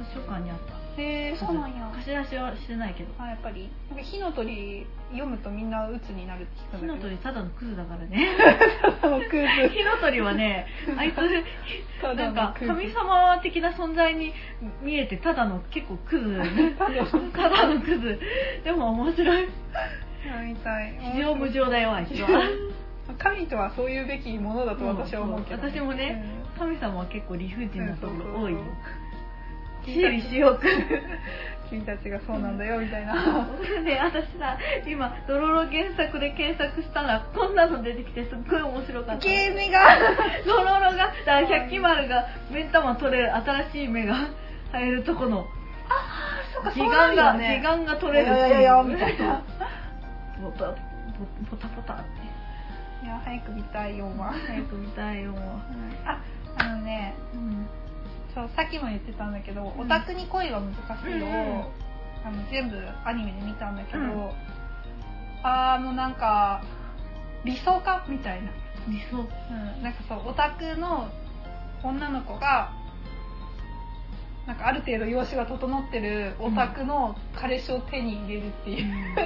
Speaker 3: 図書館にあった
Speaker 2: へえそうなんや
Speaker 3: 貸し出しはしてないけど
Speaker 2: あやっぱりなんか火の鳥読むとみんな鬱になるって聞
Speaker 3: 火
Speaker 2: くんだ
Speaker 3: の
Speaker 2: けど
Speaker 3: 鳥ただのクズだからね
Speaker 2: ただのクーズ
Speaker 3: 火の鳥は ねあいつ
Speaker 2: た
Speaker 3: な
Speaker 2: だ
Speaker 3: ん
Speaker 2: の
Speaker 3: か
Speaker 2: クーズ
Speaker 3: 神様的な存在に見えてただの結構クズ ただのクズでも面白い
Speaker 2: みたい
Speaker 3: 非常無常だよあいつは
Speaker 2: 神と はそういうべきものだと私は思うけど、
Speaker 3: うんそう私もね神様は結構理不尽なところ多いよ
Speaker 2: うん
Speaker 3: 私利私欲
Speaker 2: 君たちがそうなんだよみたいな
Speaker 3: で私さ今ドロロ原作で検索したらこんなの出てきてすっごい面白かった
Speaker 2: ゲームが
Speaker 3: ドロロがだ百鬼丸が目ん玉取れる新しい目が入るとこの
Speaker 2: っか
Speaker 3: 時間が、
Speaker 2: そうなんだよね
Speaker 3: 時間が取れる
Speaker 2: いやいやいやみたいな
Speaker 3: ポタポタポタって
Speaker 2: いや早く見たいよま
Speaker 3: 早く見たいよも
Speaker 2: ああのね
Speaker 3: う、うん、
Speaker 2: そうさっきも言ってたんだけど、
Speaker 3: うん
Speaker 2: オタクに恋は難しいよ、
Speaker 3: うん
Speaker 2: あの全部アニメで見たんだけど、
Speaker 3: うん
Speaker 2: ああもうなんか理想化みたいな、
Speaker 3: 理想
Speaker 2: うん、なんかそうオタクの女の子がなんかある程度容姿が整ってるオタクの彼氏を手に入れるっていう、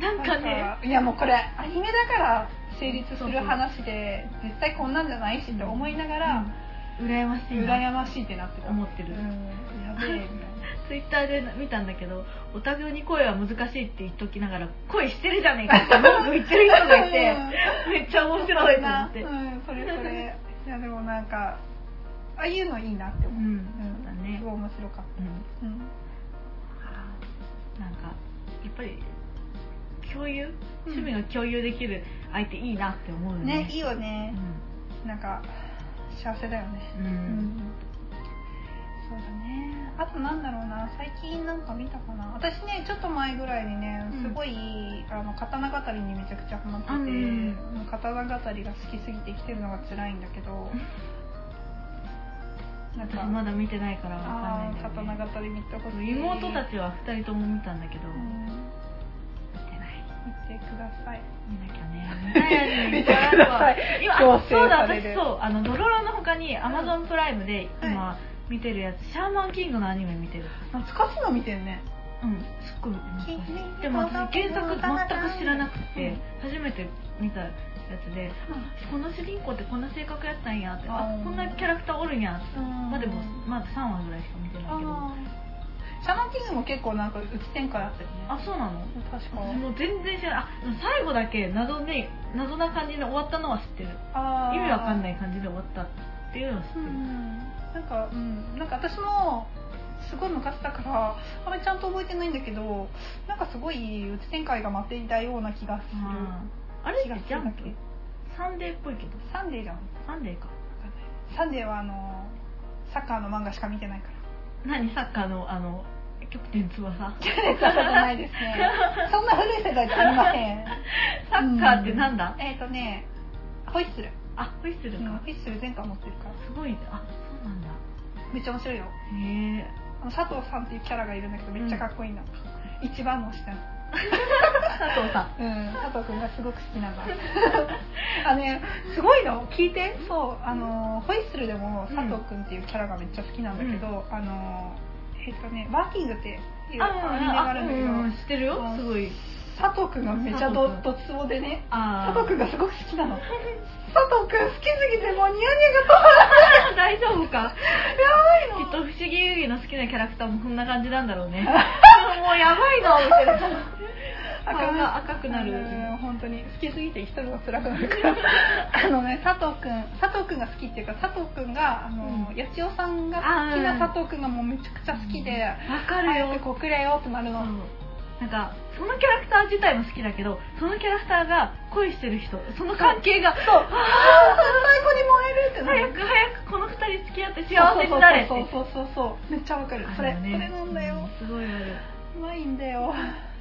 Speaker 3: なんかね
Speaker 2: なんかいやもうこれアニメだから成立する話で絶対こんなんじゃないしって思いながら、
Speaker 3: うん羨ましいな
Speaker 2: 羨ましいってなってた
Speaker 3: 思ってる
Speaker 2: うん、やべえみたいな
Speaker 3: ツイッターで見たんだけどオタクに恋は難しいって言っときながら恋してるじゃねえかって文句言ってる人がいてめっちゃ面白いと思って
Speaker 2: う、ん、それそれ。いやでもなんかああいうのいいなって
Speaker 3: う
Speaker 2: 思う。
Speaker 3: ん、そうだね
Speaker 2: すごい面白かっ
Speaker 3: うん
Speaker 2: た。うん。
Speaker 3: なんかやっぱり共有趣味が共有できる相手いいなって思うよね
Speaker 2: ね、いいよね
Speaker 3: う。ん
Speaker 2: なんか幸せだよね。
Speaker 3: うん
Speaker 2: うん。そうだねあとなんだろうな最近なんか見たかな私ねちょっと前ぐらいにね
Speaker 3: うん
Speaker 2: すごい、あの刀語りにめちゃくちゃハマってて、
Speaker 3: うん
Speaker 2: もう刀語りが好きすぎて生きてるのが辛いんだけ どなん
Speaker 3: 私
Speaker 2: か、
Speaker 3: まだ見てないからわか
Speaker 2: あ
Speaker 3: んない
Speaker 2: ー
Speaker 3: んだよ
Speaker 2: 刀
Speaker 3: ね
Speaker 2: 語り見てほしい
Speaker 3: 妹たちは2人とも見たんだけど、
Speaker 2: う
Speaker 3: 見
Speaker 2: ん
Speaker 3: てない
Speaker 2: 見てください
Speaker 3: 見なきゃね
Speaker 2: 見てください
Speaker 3: 今
Speaker 2: 強制
Speaker 3: そうだ
Speaker 2: され
Speaker 3: 私
Speaker 2: る
Speaker 3: そうあのドロロの他に Amazon プライムで今見てるやつ、シャーマンキングのアニメ見てる
Speaker 2: 懐かしいの見てんね
Speaker 3: うんすっごい懐かしいでも私原作全く知らなくて、初めて見たやつでこの主人公ってこんな性格やったんやってあ
Speaker 2: あー
Speaker 3: こんなキャラクターおるんやって
Speaker 2: うん
Speaker 3: まあでもまだ3話ぐらいしか見てないけど
Speaker 2: あーシャーマンキングも結構なんかうち展開あったよね
Speaker 3: あそうなの
Speaker 2: 確か
Speaker 3: もう全然知らないあでも最後だけ謎ね謎な感じで終わったのは知ってる
Speaker 2: あー
Speaker 3: 意味わかんない感じで終わったっていうのは知って
Speaker 2: う
Speaker 3: る、
Speaker 2: んなんかうんなんか私もすごい昔だからあれちゃんと覚えてないんだけどなんかすごいうち展開が待っていたような気がする
Speaker 3: あーあれってジャンプ
Speaker 2: 違う
Speaker 3: サンデーっぽいけど
Speaker 2: サンデーじゃんわ
Speaker 3: サンデーか
Speaker 2: かんないサンデーはあのサッカーの漫画しか見てない から
Speaker 3: 何サッカーのあのキャプテン翼サ
Speaker 2: そんなことないですねそんな古い世代じゃありません
Speaker 3: ッカーってなんだ、
Speaker 2: えっ、とねホイッスル、
Speaker 3: あホイッスル
Speaker 2: う
Speaker 3: か、
Speaker 2: ん、ホイッスル全巻持ってるから
Speaker 3: すごいねあそうなんだ
Speaker 2: めっちゃ面白いよ
Speaker 3: へえ
Speaker 2: あの佐藤さんっていうキャラがいるんだけどめっちゃかっこいいんだ、一番の下の
Speaker 3: 佐藤さ
Speaker 2: うん、佐藤君がすごく好き なんだ。あのね、すごいの、聞いて、そう、あの、ホイッスルでも佐藤君っていうキャラがめっちゃ好きなんだけど、あの。えっとね、ワーキングってい
Speaker 3: ん
Speaker 2: うアニメがあるんだけど、
Speaker 3: うん知ってるよ
Speaker 2: うん
Speaker 3: すごい
Speaker 2: 佐藤君がめちゃど、どつぼでね。
Speaker 3: あ
Speaker 2: 佐藤君がすごく好きなの。佐藤君好きすぎて、もうニヤニヤ
Speaker 3: ん 大丈夫か
Speaker 2: が
Speaker 3: きっ
Speaker 2: 止まらないの。
Speaker 3: と不思議遊戯の好きなキャラクターもこんな感じなんだろうねもうやばいなみたいな顔が赤くなる
Speaker 2: うん本当に好きすぎて一人が辛くなるから あのね佐藤くん佐藤くんが好きっていうか佐藤くんがあの、
Speaker 3: うん
Speaker 2: 八千代さんが好き
Speaker 3: あー
Speaker 2: な佐藤くんがもうめちゃくちゃ好きで、
Speaker 3: わかるよ
Speaker 2: 早く国礼をってなる
Speaker 3: そ
Speaker 2: の、
Speaker 3: うなんかそのキャラクター自体も好きだけどそのキャラクターが恋してる人その関係が
Speaker 2: そうあー最後に燃えるってな
Speaker 3: 早
Speaker 2: る
Speaker 3: く早くこの二人付き合って幸せになれって
Speaker 2: そうそうそうそうそうめっちゃわかる
Speaker 3: あ
Speaker 2: それ
Speaker 3: よ
Speaker 2: そ
Speaker 3: ね
Speaker 2: れなんだよ
Speaker 3: うんすごいある
Speaker 2: うまいんだよ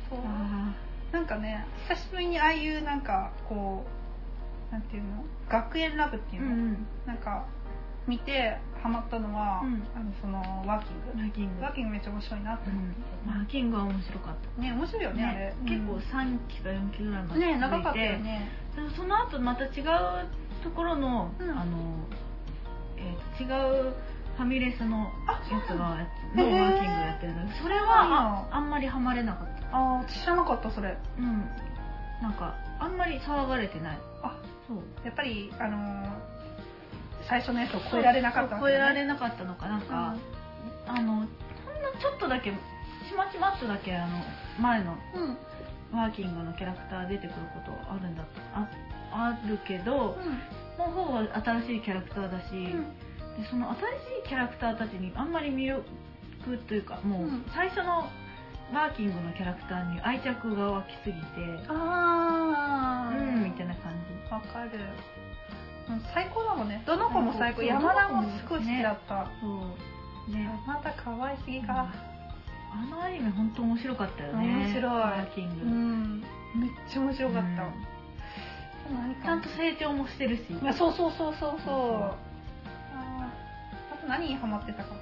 Speaker 2: そう
Speaker 3: あ
Speaker 2: なんかね久しぶりにああいうなんかこうなんていうの学園ラブってい
Speaker 3: ー
Speaker 2: う
Speaker 3: う
Speaker 2: の、
Speaker 3: ん
Speaker 2: なんか見てハマったのは、
Speaker 3: うん
Speaker 2: あのそのワーキング、
Speaker 3: うんランキング
Speaker 2: ワーキングめっちゃ面白いなって
Speaker 3: う
Speaker 2: 思っ
Speaker 3: んランキングは面白かった
Speaker 2: て、ね面白いよね
Speaker 3: ね
Speaker 2: あれ
Speaker 3: 結構3期か4期ぐらいま
Speaker 2: うん
Speaker 3: で
Speaker 2: ね
Speaker 3: 続
Speaker 2: 長か
Speaker 3: い
Speaker 2: った
Speaker 3: て
Speaker 2: よね
Speaker 3: でもその後また違うところの、
Speaker 2: うん
Speaker 3: あの、えー違うファミレスのや
Speaker 2: あ
Speaker 3: つ
Speaker 2: そう
Speaker 3: がやつ
Speaker 2: へ
Speaker 3: の
Speaker 2: ー
Speaker 3: ワーキングやってるのそれ
Speaker 2: そうな
Speaker 3: はあ
Speaker 2: の
Speaker 3: あんまりハマれなかった
Speaker 2: ああ私知らなかったそれ
Speaker 3: うんなんかあんまり騒がれてない
Speaker 2: あ
Speaker 3: そう
Speaker 2: やっぱりあのー最初のやつを超えられなかっ
Speaker 3: そ
Speaker 2: た
Speaker 3: う
Speaker 2: わ
Speaker 3: 超
Speaker 2: け
Speaker 3: え
Speaker 2: だ
Speaker 3: ら
Speaker 2: ね
Speaker 3: れなかったのかなんか、あのほんのちょっとだけちまちまっとだけあの前の
Speaker 2: うんうん
Speaker 3: ワーキングのキャラクター出てくることあるんだああるけどもうほぼ新しいキャラクターだし、
Speaker 2: うん
Speaker 3: でその新しいキャラクターたちにあんまり魅力というかもう
Speaker 2: うん
Speaker 3: 最初のワーキングのキャラクターに愛着が湧きすぎてう
Speaker 2: ああ
Speaker 3: んみたいな感じ
Speaker 2: わかるうん最高だもんねどの子も最高
Speaker 3: そう
Speaker 2: 山田もすごい好きだった、
Speaker 3: そうね
Speaker 2: 山田可愛すぎか、
Speaker 3: あのアニメ本当面白かったよね
Speaker 2: 面白い
Speaker 3: ワーキン
Speaker 2: う
Speaker 3: グ、
Speaker 2: んめっちゃ面白かった、
Speaker 3: うん
Speaker 2: でも何
Speaker 3: ちゃんと成長もしてるし
Speaker 2: いやそうそうそうそうそう
Speaker 3: そう
Speaker 2: あーあと何にハマってたかな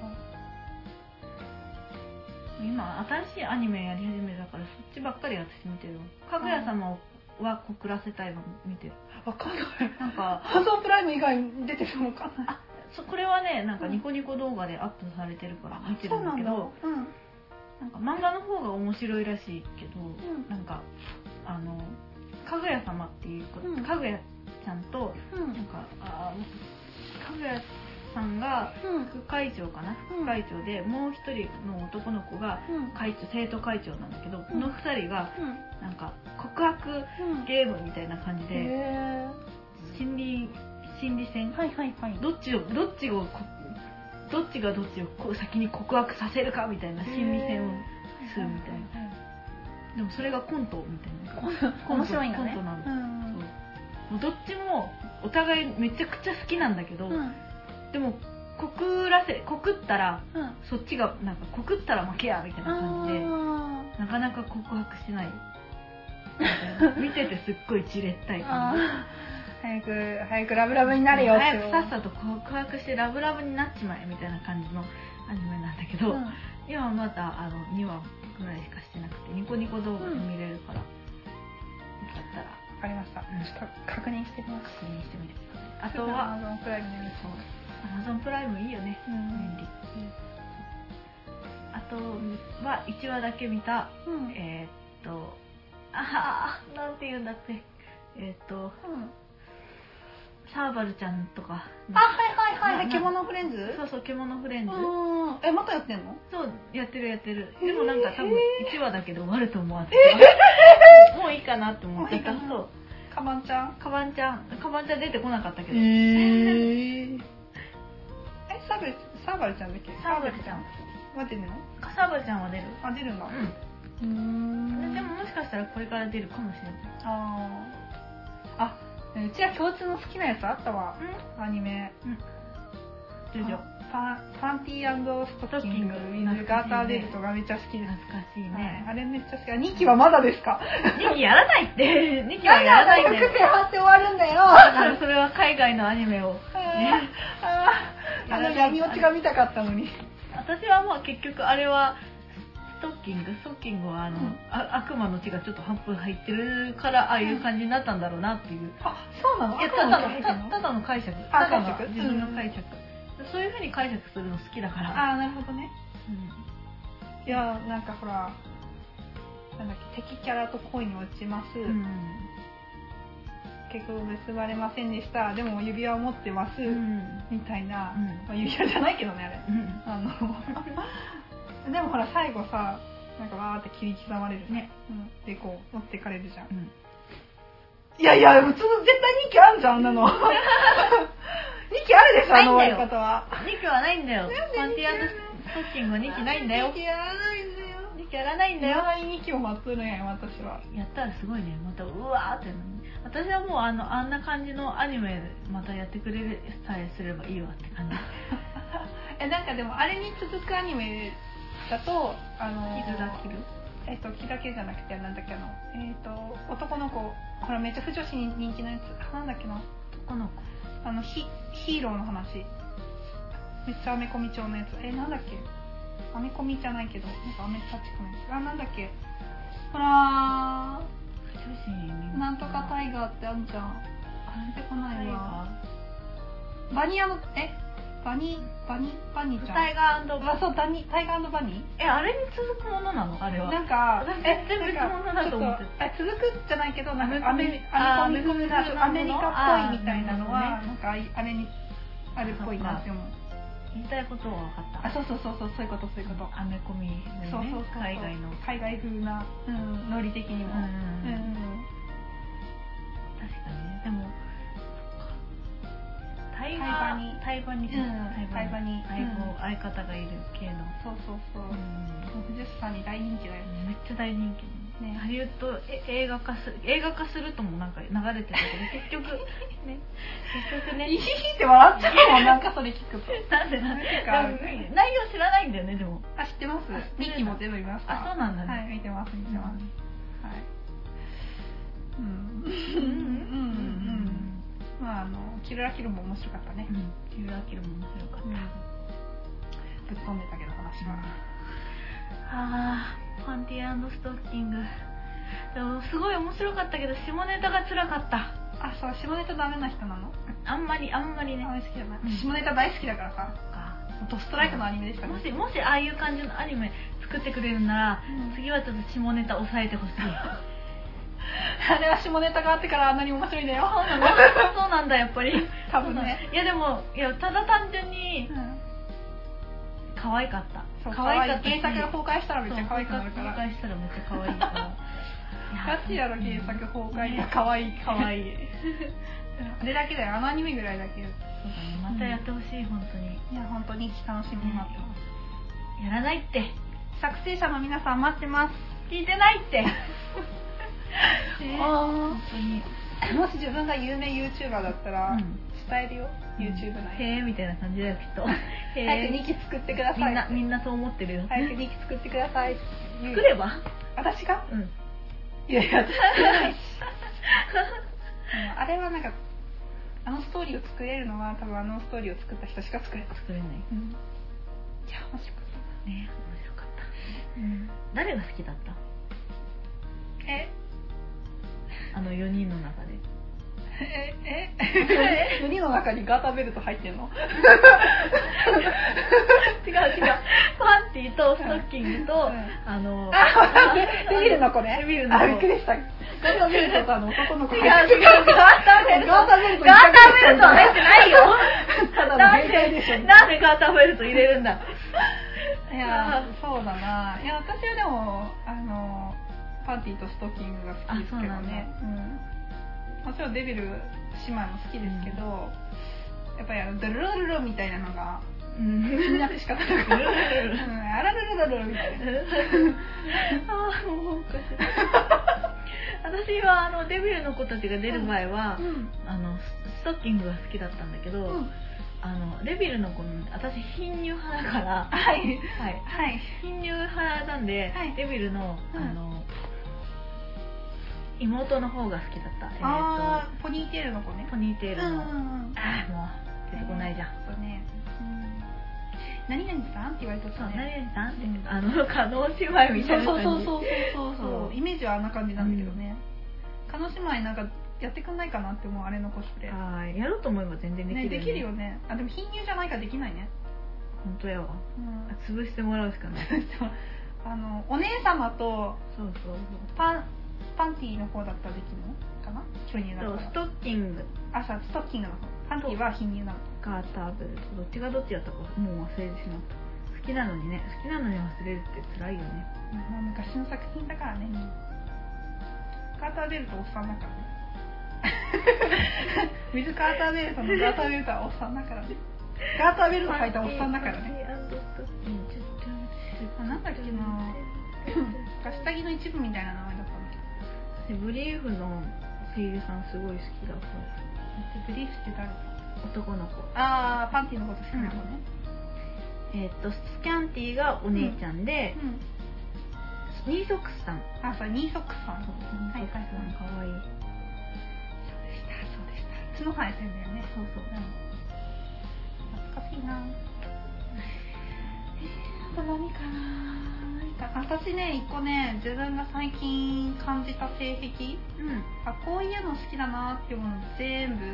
Speaker 3: 今新しいアニメやり始めたからそっちばっかり私見てるわかぐや様は告らせたいの見てる
Speaker 2: わかんない
Speaker 3: なん か
Speaker 2: ハゾンプライム以外に出てるのかな
Speaker 3: あそこれはねなんかニコニコ動画でアップされてるから見てるんだけ
Speaker 2: そう
Speaker 3: ど
Speaker 2: なんだ
Speaker 3: なんか漫画の方が面白いらしいけど、
Speaker 2: うん
Speaker 3: なんかあのかぐや様っていうこと、
Speaker 2: うん
Speaker 3: かぐやちゃんと
Speaker 2: うん
Speaker 3: なんかあーかぐやさんが
Speaker 2: うんうん
Speaker 3: 副会長かな
Speaker 2: うん
Speaker 3: 副会長でもう一人の男の子が
Speaker 2: うん
Speaker 3: 会長生徒会長なんだけど、この二人が
Speaker 2: うん
Speaker 3: なんか告白
Speaker 2: うん
Speaker 3: ゲームみたいな感じ
Speaker 2: へ
Speaker 3: で
Speaker 2: え
Speaker 3: 心理心理戦
Speaker 2: はいはいはい
Speaker 3: どっちをどっちをこどっちがどっちをこう先に告白させるかみたいな心理戦をするみたいな
Speaker 2: な
Speaker 3: でもそれがコントみたいなコント
Speaker 2: 面白いんだね
Speaker 3: コントなん
Speaker 2: う
Speaker 3: だそうんもうどっちもお互いめちゃくちゃ好きなんだけど、
Speaker 2: うん
Speaker 3: でも告らせ告ったら
Speaker 2: うん
Speaker 3: そっちがなんか告ったら負けやみたいな感じで
Speaker 2: あ
Speaker 3: なかなか告白し ないみたいな見ててすっごいじれったい
Speaker 2: ー
Speaker 3: 感
Speaker 2: あ
Speaker 3: じ
Speaker 2: ー早く早くラブラブになれよって
Speaker 3: 早くさっさと告白してラブラブになっちまえみたいな感じのアニメなんだけど、
Speaker 2: うん
Speaker 3: 今はまだあの2話ぐらいしかしてなくてニコニコ動画で見れるから、よかったら
Speaker 2: わかりましたちょっと確認してみます
Speaker 3: 確認してみてくださいあとは
Speaker 2: アマゾンプライムで見そう
Speaker 3: アマゾンプライムいいよね
Speaker 2: う
Speaker 3: 便利あとは1話だけ見た
Speaker 2: うんうん
Speaker 3: えーっとああなんて言うんだってえーっとサーバルちゃんとか
Speaker 2: あはいはいはい
Speaker 3: な
Speaker 2: 獣フレンズ
Speaker 3: そうそう獣フレンズ
Speaker 2: うんえまたやってんの
Speaker 3: そうやってるやってる
Speaker 2: へー
Speaker 3: でもなんか多分1話だけで終わると思わず、 もういいかなって思ってた
Speaker 2: もういいかな
Speaker 3: そ
Speaker 2: カバンちゃん
Speaker 3: うカバンちゃんカバンちゃん出てこなかったけど、
Speaker 2: えサブサーバルちゃんだっけ
Speaker 3: サーバルちゃん
Speaker 2: は出るの
Speaker 3: サーバルちゃんは出る
Speaker 2: あ出るんだ
Speaker 3: う
Speaker 2: うーん
Speaker 3: んでももしかしたらこれから出るかもしれない
Speaker 2: あーあうちは共通の好きなやつあったわアニメ
Speaker 3: ジョジョ
Speaker 2: パンパンティーストッキング
Speaker 3: ストッキング
Speaker 2: with ガーターベルトがめっちゃ好きです、
Speaker 3: 懐かしい
Speaker 2: はい、
Speaker 3: ね
Speaker 2: あれめっちゃ好き2期はまだですか
Speaker 3: 2期やらないって 2期は
Speaker 2: なんで
Speaker 3: やらない
Speaker 2: 私
Speaker 3: ん
Speaker 2: が
Speaker 3: だよ
Speaker 2: 癖張って終わるんだ よ
Speaker 3: だからそれは海外のアニメをね
Speaker 2: あーあの闇落ちが見たかったのに
Speaker 3: 私はまあ結局あれはストッキングストッキングはあの、
Speaker 2: うん
Speaker 3: あ悪魔の血がちょっと半分入ってるからああいう感じになったんだろうなっていう、
Speaker 2: あそうない
Speaker 3: や
Speaker 2: 悪
Speaker 3: た
Speaker 2: 魔
Speaker 3: だ
Speaker 2: の
Speaker 3: の
Speaker 2: 手
Speaker 3: た
Speaker 2: 配の
Speaker 3: ただの解釈
Speaker 2: あ
Speaker 3: ただの
Speaker 2: 解釈
Speaker 3: 自分の解釈、そういうふうに解釈するの好きだから、
Speaker 2: あーなるほどねいやなんかほらなんだっけ敵キャラと恋に落ちます、
Speaker 3: うん
Speaker 2: 結局結ばれませんでしたでも指輪を持ってます、
Speaker 3: うん
Speaker 2: みたいな、
Speaker 3: うん
Speaker 2: まあ、指輪じゃないけどねあれ
Speaker 3: うん
Speaker 2: あのでもほら最後さなんかわーって切り刻まれるじゃん
Speaker 3: ね、
Speaker 2: うんでこう持ってかれるじゃん
Speaker 3: うん
Speaker 2: いやいや普通の絶対2期あるじゃんあんなの 2期あるでしょあの
Speaker 3: ないんだよ
Speaker 2: 終わり方は
Speaker 3: 2期はないんだよ
Speaker 2: で
Speaker 3: パンティーストッキングは2期ないんだよ
Speaker 2: 2期やらないんだよ
Speaker 3: 2期やらないんだよ
Speaker 2: やらない2期を待つね私は
Speaker 3: やったらすごいねまたうわーってなる私はもうあのあんな感じのアニメまたやってくれるさえすればいいわって 感じ
Speaker 2: えなんかでもあれに続くアニメだとあの
Speaker 3: キルラキル
Speaker 2: えっとキラキルじゃなくてなんだっけあのえっ、と男の子ほらめっちゃ不女子に人気のやつなんだっけな
Speaker 3: 男の子
Speaker 2: あのヒヒーローの話めっちゃアメコミ調のやつえなんだっけアメコミじゃないけどなんかアメタッチコのやつあなんだっけほら
Speaker 3: 不女子に
Speaker 2: ーなんとか
Speaker 3: イ
Speaker 2: タイガーってあんじゃんあれ出てこないわ
Speaker 3: ガ
Speaker 2: バニーのえバニバニバニ
Speaker 3: ー
Speaker 2: ちゃん
Speaker 3: タイガー
Speaker 2: あそうダニタイガーバニー
Speaker 3: えあれに続くものなのあれは
Speaker 2: なんか
Speaker 3: 私、
Speaker 2: え、
Speaker 3: 全然別物だと思って
Speaker 2: なんかちょっとえ、続くじゃないけど、なんかア
Speaker 3: ア
Speaker 2: メ
Speaker 3: メ
Speaker 2: リ
Speaker 3: コミ
Speaker 2: アメコミ
Speaker 3: あーアメコミ風のもの
Speaker 2: アメリカっぽいみたいなのは、
Speaker 3: あー
Speaker 2: なんかあいあれにあるっぽいなって思う。
Speaker 3: 言いたいことは分かった
Speaker 2: あ、そうそうそうそう、そういうこと、そういうこと。
Speaker 3: アメコミのね
Speaker 2: そうそうそう
Speaker 3: 海外のうん
Speaker 2: 海外風な、うん、ノリ的にも。うんうんうん。
Speaker 3: 確かにねでもそっかタイ
Speaker 2: タイバ
Speaker 3: ガ
Speaker 2: ニ
Speaker 3: ータイバニ
Speaker 2: うん
Speaker 3: タイバニ
Speaker 2: タイバニ
Speaker 3: 相
Speaker 2: うん
Speaker 3: 棒相方がいる系の
Speaker 2: そうそうそう。
Speaker 3: う
Speaker 2: も
Speaker 3: ん
Speaker 2: う藤吉さんに大人気だよ。
Speaker 3: めっちゃ大人気
Speaker 2: ね
Speaker 3: ねハリウッドえ映画化する映画化するともなんか流れてたけど結局ね結局ね
Speaker 2: イヒヒって笑っちゃうもん、なんかそれ聞くと。
Speaker 3: なんでなんで
Speaker 2: なんかあるね
Speaker 3: うん内容知らないんだよねでも
Speaker 2: あ、知ってます
Speaker 3: あ知ってるんだ
Speaker 2: ミキも全部見ました。
Speaker 3: あそうなんだね
Speaker 2: はい、見てます、見てます。はい。うん。
Speaker 3: うん
Speaker 2: うんう
Speaker 3: うんん
Speaker 2: うん。まああのキルラキルも面白かったね
Speaker 3: う。んキルラキルも面白かった
Speaker 2: うんぶっ込んでたけど話は。
Speaker 3: あーパンティーストッキングでもすごい面白かったけど下ネタが辛かった
Speaker 2: あ、そう下ネタダメな人なの？
Speaker 3: あんまりあんまりね
Speaker 2: 大好きじゃない
Speaker 3: うん。
Speaker 2: 下ネタ大好きだからさ。ドストライクのアニメでしたね
Speaker 3: も。しもしああいう感じのアニメ作ってくれるなら
Speaker 2: うん
Speaker 3: 次はちょっと下ネタ抑えてほしい
Speaker 2: あれは下ネタがあってからあんなに面白いんだよ。
Speaker 3: そうなんだやっぱり
Speaker 2: 多分ね。
Speaker 3: いやでもいやただ単純に
Speaker 2: うん
Speaker 3: 可愛かった
Speaker 2: そう
Speaker 3: 可愛かったし
Speaker 2: 原作が崩壊したらめっ
Speaker 3: そう
Speaker 2: ちゃ可愛くなるから。
Speaker 3: 崩壊したらめっちゃ可愛いから
Speaker 2: ガチやろ原作崩壊が可愛い
Speaker 3: 可愛い
Speaker 2: あれだけだよあのアニメぐらいだけ。い
Speaker 3: そうだねまたやってほしい本当に
Speaker 2: や本当に楽しみになってます。
Speaker 3: やらないって
Speaker 2: 作成者の皆さん待ってます。
Speaker 3: 聞いてないって
Speaker 2: ね
Speaker 3: 本当に
Speaker 2: もし自分が有名 YouTuber だったら伝えるよ、YouTube
Speaker 3: へ
Speaker 2: 内
Speaker 3: えみたいな感じだよきっとへ
Speaker 2: 早く
Speaker 3: え
Speaker 2: 2期作ってください
Speaker 3: みんなみんなそう思ってるよ
Speaker 2: 早く2期作ってください
Speaker 3: 作れば
Speaker 2: 私が
Speaker 3: うん
Speaker 2: いやいや作れないし あれはなんかあのストーリーを作れるのは多分あのストーリーを作った人しか作れない、
Speaker 3: 作れない
Speaker 2: うん、いや面白かっ
Speaker 3: ね面白かった
Speaker 2: た、うん、
Speaker 3: 誰が好きだった
Speaker 2: え
Speaker 3: あの4人の中で
Speaker 2: ええ え4人の中にガーターベルト入ってんの
Speaker 3: 違う違う パンティとストッキングと、
Speaker 2: うん
Speaker 3: あの
Speaker 2: あデビルの子ね
Speaker 3: デビルの子
Speaker 2: あびっくりしたガーターベルトとあの男の子
Speaker 3: 違う
Speaker 2: 入って
Speaker 3: 違
Speaker 2: る
Speaker 3: うガーターベルト
Speaker 2: ガーターベルト
Speaker 3: ガーターベルト入ってないよ
Speaker 2: ただの
Speaker 3: な
Speaker 2: 変
Speaker 3: ん
Speaker 2: 態でしょ
Speaker 3: でなんでガーターベルト入れるんだ
Speaker 2: いやーそうだないや私はでもあのパンティとストッキングが好きです
Speaker 3: あそ
Speaker 2: けど
Speaker 3: うなん
Speaker 2: ね
Speaker 3: だ
Speaker 2: うんもちろんデビル姉妹も好きですけど、やっぱりあのドゥルルルルみたいなの が気になって仕方なくて、うん、あらルルルルみたいな
Speaker 3: ああもう おかしい私はあのデビルの子たちが出る前は、
Speaker 2: うん
Speaker 3: あのスストッキングが好きだったんだけど、あのデビルの子の私貧乳派だから、
Speaker 2: はい
Speaker 3: はい、
Speaker 2: はい
Speaker 3: 貧乳派なんで、
Speaker 2: はい
Speaker 3: デビルの,、
Speaker 2: うん
Speaker 3: あの妹の方が好きだった、えー
Speaker 2: あーポニーテールの子ね
Speaker 3: とポニーテールの、あ
Speaker 2: ん
Speaker 3: あもう出てこないじゃん、
Speaker 2: そうね、うん、何々さんって言われた
Speaker 3: そう
Speaker 2: ね
Speaker 3: 何々さんって、
Speaker 2: うん
Speaker 3: あの加納姉妹みたいな感じ
Speaker 2: そうそうそうそうそうイメージはあんな感じなんだけどね叶姉妹なんかやってくんないかなって思うあれのコスプレ
Speaker 3: あーやろうと思えば全然できる
Speaker 2: ね
Speaker 3: よ
Speaker 2: で
Speaker 3: ね
Speaker 2: きるよねあでも貧乳じゃないからできないね
Speaker 3: 本当やわ
Speaker 2: うん
Speaker 3: 潰してもらうしかない
Speaker 2: あのお姉様と
Speaker 3: そうそう
Speaker 2: パンパンティーの方だったらできるのかな巨乳な
Speaker 3: そ
Speaker 2: の
Speaker 3: う
Speaker 2: か
Speaker 3: ストッキング
Speaker 2: なあそうストッキングの方パンティーは貧乳なの
Speaker 3: ガーターベルトどっちがどっちやったかもう忘れてしまった好きなのにね好きなのに忘れるって辛いよね
Speaker 2: まあ昔の作品だからねガーターベルトおっさんだから ねウィズガーターベルトのガーターベルトはおっさんだからねガーターベルト履いたおっさんだからね
Speaker 3: あ
Speaker 2: あなんだっけなが下着の一部みたいな名前だったんだけど
Speaker 3: セブリーフの声優さんすごい好きだった
Speaker 2: ブリーフって誰
Speaker 3: 男の子
Speaker 2: ああパンティのこと好きな子ね
Speaker 3: えーっとスキャンティがお姉ちゃんで、
Speaker 2: うん、
Speaker 3: ニーソックスさん
Speaker 2: あそうニーソックスさん
Speaker 3: そう
Speaker 2: は
Speaker 3: ニ
Speaker 2: い
Speaker 3: ーソックスさんかわいい
Speaker 2: そうでしたそうでした角生えてんだよね
Speaker 3: そうそう
Speaker 2: うん懐かしいなえー、あと何かな何か私ね一個ね自分が最近感じた性癖
Speaker 3: うん
Speaker 2: あこういうの好きだなって思うの全部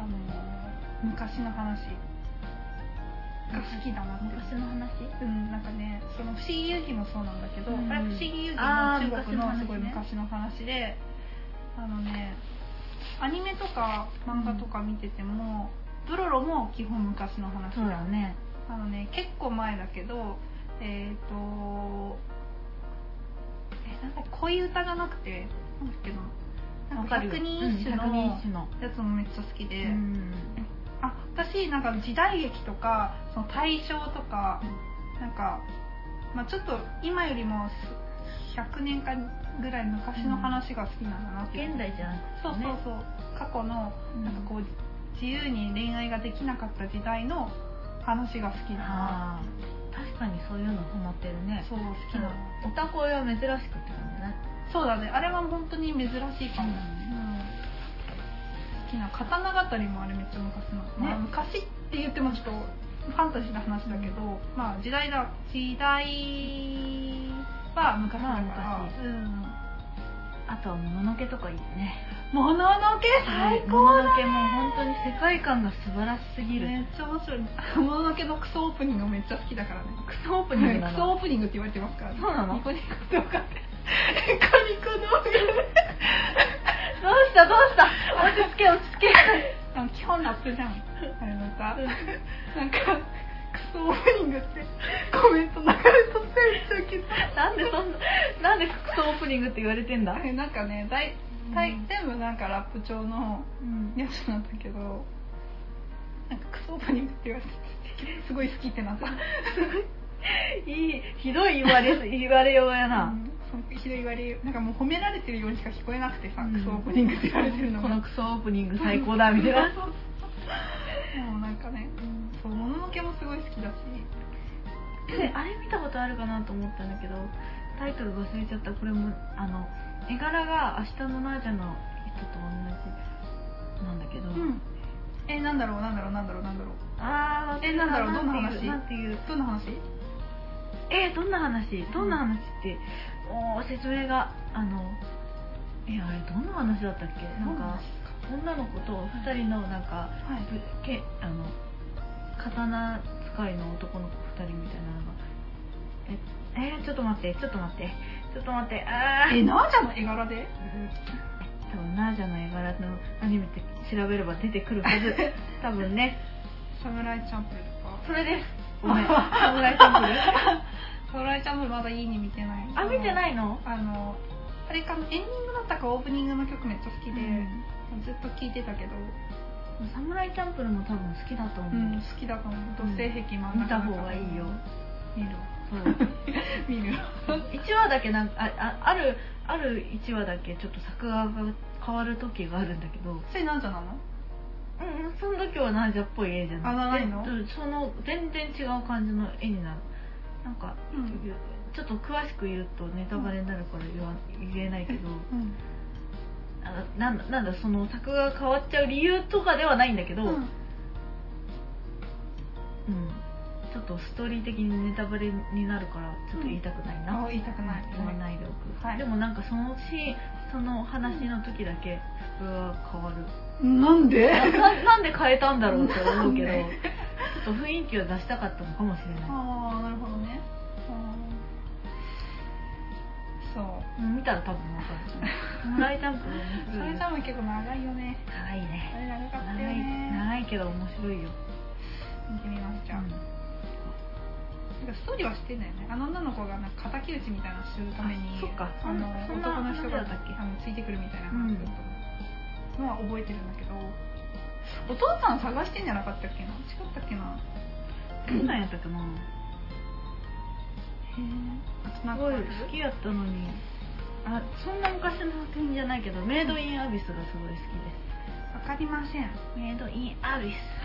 Speaker 2: あのー昔の話が好きだなって
Speaker 3: 昔の話
Speaker 2: うん、なんかね、その不思議遊戯もそうなんだけど、
Speaker 3: うん
Speaker 2: あれ不思議遊戯
Speaker 3: あー
Speaker 2: も中国の
Speaker 3: 昔の話ね
Speaker 2: すごい昔の話で、あのね、アニメとか漫画とか見てても、ブロロも基本昔の話
Speaker 3: そうだね
Speaker 2: あのね、結構前だけど、えっ、と、え、なんだっけ恋歌がなくて、なんだっけな、なんか百人一首
Speaker 3: うん百人
Speaker 2: の
Speaker 3: 一首の
Speaker 2: やつもめっちゃ好きで、
Speaker 3: うん
Speaker 2: あ私なんか時代劇とかその大正とか、なんか、まあ、ちょっと今よりもす100年間ぐらい昔の話が好きなんだなっていう、
Speaker 3: 現代じゃなくて
Speaker 2: そうそう
Speaker 3: ね
Speaker 2: そう、過去の
Speaker 3: うん
Speaker 2: なんかこう自由に恋愛ができなかった時代の話が好きだな
Speaker 3: ああ確かにそういうのハマってるね
Speaker 2: そう好きな、
Speaker 3: おたこは珍しくって感じだね
Speaker 2: そうだねあれは本当に珍しいかも、
Speaker 3: うん
Speaker 2: うん好きな刀語りもあれめっちゃ昔の、
Speaker 3: ね
Speaker 2: まあ昔って言ってもちょっとファンタジーな話だけど、まあ時代だ時代は昔だか
Speaker 3: ま
Speaker 2: ら、
Speaker 3: あ昔
Speaker 2: うん
Speaker 3: あとはもののけとかいいよね
Speaker 2: もののけ最
Speaker 3: もの
Speaker 2: 高
Speaker 3: の
Speaker 2: だ
Speaker 3: け
Speaker 2: ね
Speaker 3: も本当に世界観が素晴らしすぎる、
Speaker 2: めっちゃ面 白いもののけのクソオープニングめっちゃ好きだからね
Speaker 3: クソオープ
Speaker 2: ク
Speaker 3: ニングな
Speaker 2: ソ
Speaker 3: の
Speaker 2: オープニングって言われてます からね
Speaker 3: そうなの
Speaker 2: ニコニコ動画でニコニコ動画 で
Speaker 3: どうしたどうした落ち着け落ち着け
Speaker 2: あの基本ラップじゃんあれのさなんかクソオープニングってコメント流れとってめっちゃウケた
Speaker 3: なんでそんななんでクソオープニングって言われてんだ
Speaker 2: あれなんかね大体全部なんかラップ調の
Speaker 3: うん
Speaker 2: やつなんだけどなんかクソオープニングって言われててすごい好きってなった
Speaker 3: いいひどい言われ言われようやな、
Speaker 2: うんひどい言われなんかもう褒められてるようにしか聞こえなくてさ、
Speaker 3: うん
Speaker 2: クソオープニングって言われてるの
Speaker 3: こ
Speaker 2: が
Speaker 3: のクソオープニング最高だみたい な
Speaker 2: もうなんかねそうもののけもすごい好きだし
Speaker 3: であれ見たことあるかなと思ったんだけどタイトル忘れちゃったこれもあの絵柄が「明日のナージャの人」と同じなんだけど、
Speaker 2: うんえなんだろうなんだろうなんだろうなんだろう
Speaker 3: ああ
Speaker 2: えなんだろうどんな話
Speaker 3: なんていう
Speaker 2: どんな話
Speaker 3: えーどんな話どんな話って、おー説明があのえあれどんな話だったっけなんか女の子と2人のなんか
Speaker 2: はい
Speaker 3: ぶけあの刀使いの男の子2人みたいなのがええーちょっと待ってちょっと待ってちょっと待ってあー
Speaker 2: えなーちゃんの絵柄で
Speaker 3: 多分ナージャの絵柄のアニメって調べれば出てくるは ず多分ね
Speaker 2: サムライチャンプルとか
Speaker 3: それ ですごめん侍タンプル
Speaker 2: サムライチャンプルまだいいに見て ない
Speaker 3: あ見てないいの
Speaker 2: あのあれかなエンディングだったかオープニングの曲めっちゃ好きで、ずっと聴いてたけど、
Speaker 3: サムライチャンプルも多分好きだと思
Speaker 2: う
Speaker 3: う、
Speaker 2: ん、好きだと思う土星壁真ん中
Speaker 3: 見た方がいいよ
Speaker 2: 見る
Speaker 3: そう
Speaker 2: 見る
Speaker 3: 1話だけなんかあああるある1話だけちょっと作画が変わる時があるんだけどうん
Speaker 2: それなんじゃなの
Speaker 3: うんその時はナージャっぽい絵じゃなくて
Speaker 2: あないの
Speaker 3: うんその全然違う感じの絵になるなんか、
Speaker 2: うん
Speaker 3: ちょっと詳しく言うとネタバレになるから言わ言えないけど、
Speaker 2: うん
Speaker 3: あなんだなんだその作画が変わっちゃう理由とかではないんだけど、うんちょっとストーリー的にネタバレになるからちょっと言いたくないな、
Speaker 2: あ言いたくない
Speaker 3: 言わないでおく、
Speaker 2: はい
Speaker 3: でもなんかそのシーンそのお話の時だけそれは変わ る
Speaker 2: なんで
Speaker 3: なななんで変えたんだろうって思うけど
Speaker 2: な
Speaker 3: ち
Speaker 2: ん
Speaker 3: ょ
Speaker 2: で
Speaker 3: っと雰囲気を出したかったのかもしれない、
Speaker 2: ああなるほどねあーそう
Speaker 3: うん見たら多分分かるサムライジャンプ
Speaker 2: それじゃも結構長いよね
Speaker 3: 長い
Speaker 2: あ
Speaker 3: ね
Speaker 2: れ長かったよ
Speaker 3: 長い
Speaker 2: ね
Speaker 3: 長いけど面白いよ、
Speaker 2: 見てみますじゃあ、
Speaker 3: うん
Speaker 2: なんかストーリーは知ってんだよねあの女の子がなんか敵討ちみたいなのをするために
Speaker 3: あそっか
Speaker 2: あの
Speaker 3: そんな
Speaker 2: 男の人が
Speaker 3: そんなだったっけ
Speaker 2: あのついてくるみたいな
Speaker 3: うん
Speaker 2: 話だったのは覚えてるんだけどお父さん探してんじゃなかったっけな違ったっけな
Speaker 3: どんなんやったかな
Speaker 2: なん
Speaker 3: す
Speaker 2: か
Speaker 3: ごい好きやったのにあそんな昔の作品じゃないけどメイドインアビスがすごい好きです
Speaker 2: わかりません
Speaker 3: メイドインアビス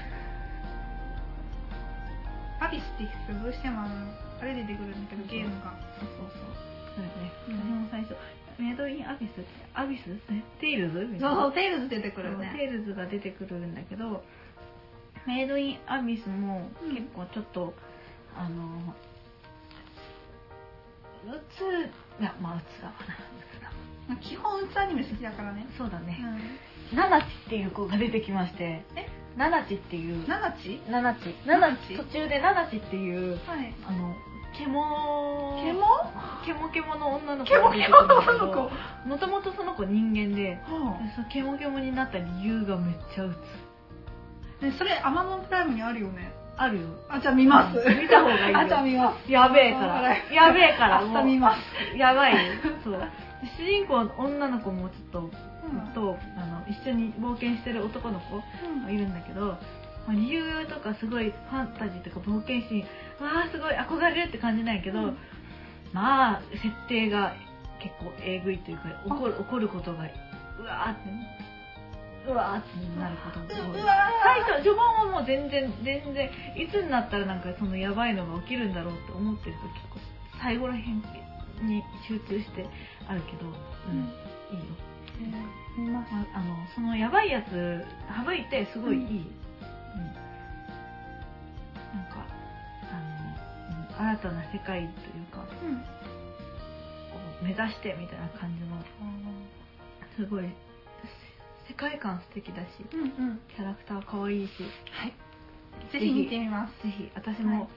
Speaker 2: アビスってどうしてもあのあれ出てくるんだけどゲームが
Speaker 3: そうそうそうそうよね、
Speaker 2: う
Speaker 3: 私も
Speaker 2: ん
Speaker 3: 最初メイドインアビスってアビスえテイルズみたいな
Speaker 2: そうそうテイルズ出てくるよ
Speaker 3: そう
Speaker 2: ね
Speaker 3: テイルズが出てくるんだけどメイドインアビスも
Speaker 2: うん
Speaker 3: 結構ちょっと、あのうついやまあうつだわな
Speaker 2: まあ基本うつアニメ好きだからね
Speaker 3: そうだね、
Speaker 2: う
Speaker 3: ナナチっていう子が出てきまして
Speaker 2: え
Speaker 3: ナナチっていうん
Speaker 2: ナナチ
Speaker 3: ナナチ
Speaker 2: ナ
Speaker 3: ナ
Speaker 2: ナ
Speaker 3: ナ
Speaker 2: チ
Speaker 3: チ途中でナナチっていう
Speaker 2: はい
Speaker 3: あの獣
Speaker 2: ケモ
Speaker 3: ケモケモの女の子
Speaker 2: ケモケモの女の子
Speaker 3: もともとその子人間で
Speaker 2: は
Speaker 3: そうケモケモになった理由がめっちゃうつ
Speaker 2: あねそれアマモンプライムにあるよね
Speaker 3: あるよ
Speaker 2: あじゃあ見ます
Speaker 3: 見た方がいいよ
Speaker 2: あじゃあ見ます
Speaker 3: やべえか
Speaker 2: あ
Speaker 3: ら
Speaker 2: れ
Speaker 3: やべえから
Speaker 2: 明日
Speaker 3: も
Speaker 2: 見ます
Speaker 3: うやばいよそう主人公の女の子もちょっと
Speaker 2: うん
Speaker 3: とあの一緒に冒険してる男の子いるんだけど、まあ、理由とかすごいファンタジーとか冒険心わあすごい憧れるって感じないけど、
Speaker 2: うん
Speaker 3: まあ設定が結構えぐいというか怒る怒ることがうわーってうわーってなることが多い。
Speaker 2: うわ
Speaker 3: 最初序盤はもう全然全然いつになったらなんかそのやばいのが起きるんだろうって思ってると結構最後ら辺に集中してあるけど、
Speaker 2: ー
Speaker 3: うん、いいよ
Speaker 2: 見ます
Speaker 3: ああのそのやばいやつ省いてすごいいい、
Speaker 2: う
Speaker 3: う
Speaker 2: ん
Speaker 3: んなんかあの、うん新たな世界というかこ
Speaker 2: うん
Speaker 3: う目指してみたいな感じのすごい世界観素敵だし
Speaker 2: うんうん
Speaker 3: キャラクター可愛いし
Speaker 2: はいぜひ見てみます
Speaker 3: ぜひ私
Speaker 2: はい
Speaker 3: も、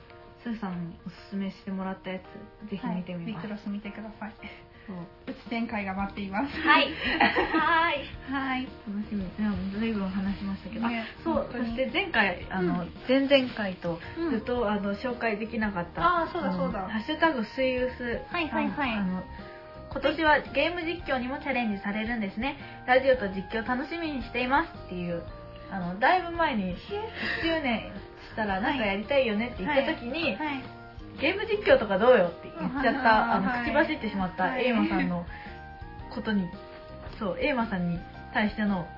Speaker 3: スーさんにおすすめしてもらったやつぜひ見てみます、
Speaker 2: はいビクロス見てください
Speaker 3: そう
Speaker 2: うち展開が待っています
Speaker 3: はい はい
Speaker 2: はい
Speaker 3: 楽しみでもずいぶん話しましたけど、
Speaker 2: ね
Speaker 3: あそう
Speaker 2: 本
Speaker 3: そ
Speaker 2: 当に
Speaker 3: して前回あの、
Speaker 2: うん
Speaker 3: 前々回と
Speaker 2: うん
Speaker 3: ずっと、あの紹介できなかった
Speaker 2: あーそうだ
Speaker 3: の
Speaker 2: そうだ
Speaker 3: ハッシュタグスイウス
Speaker 1: はいはいはい
Speaker 3: あの今年はゲーム実況にもチャレンジされるんですねラジオと実況楽しみにしていますっていうあのだいぶ前に10年したらなんかやりたいよねって言った時に、
Speaker 2: はい
Speaker 3: ゲーム実況とかどうよって言っちゃっ
Speaker 2: うん
Speaker 3: た、あ
Speaker 2: は
Speaker 3: の、
Speaker 2: い
Speaker 3: 口走ってしまった
Speaker 2: はい
Speaker 3: エイマさんのことに、そう、エイマさんに対しての、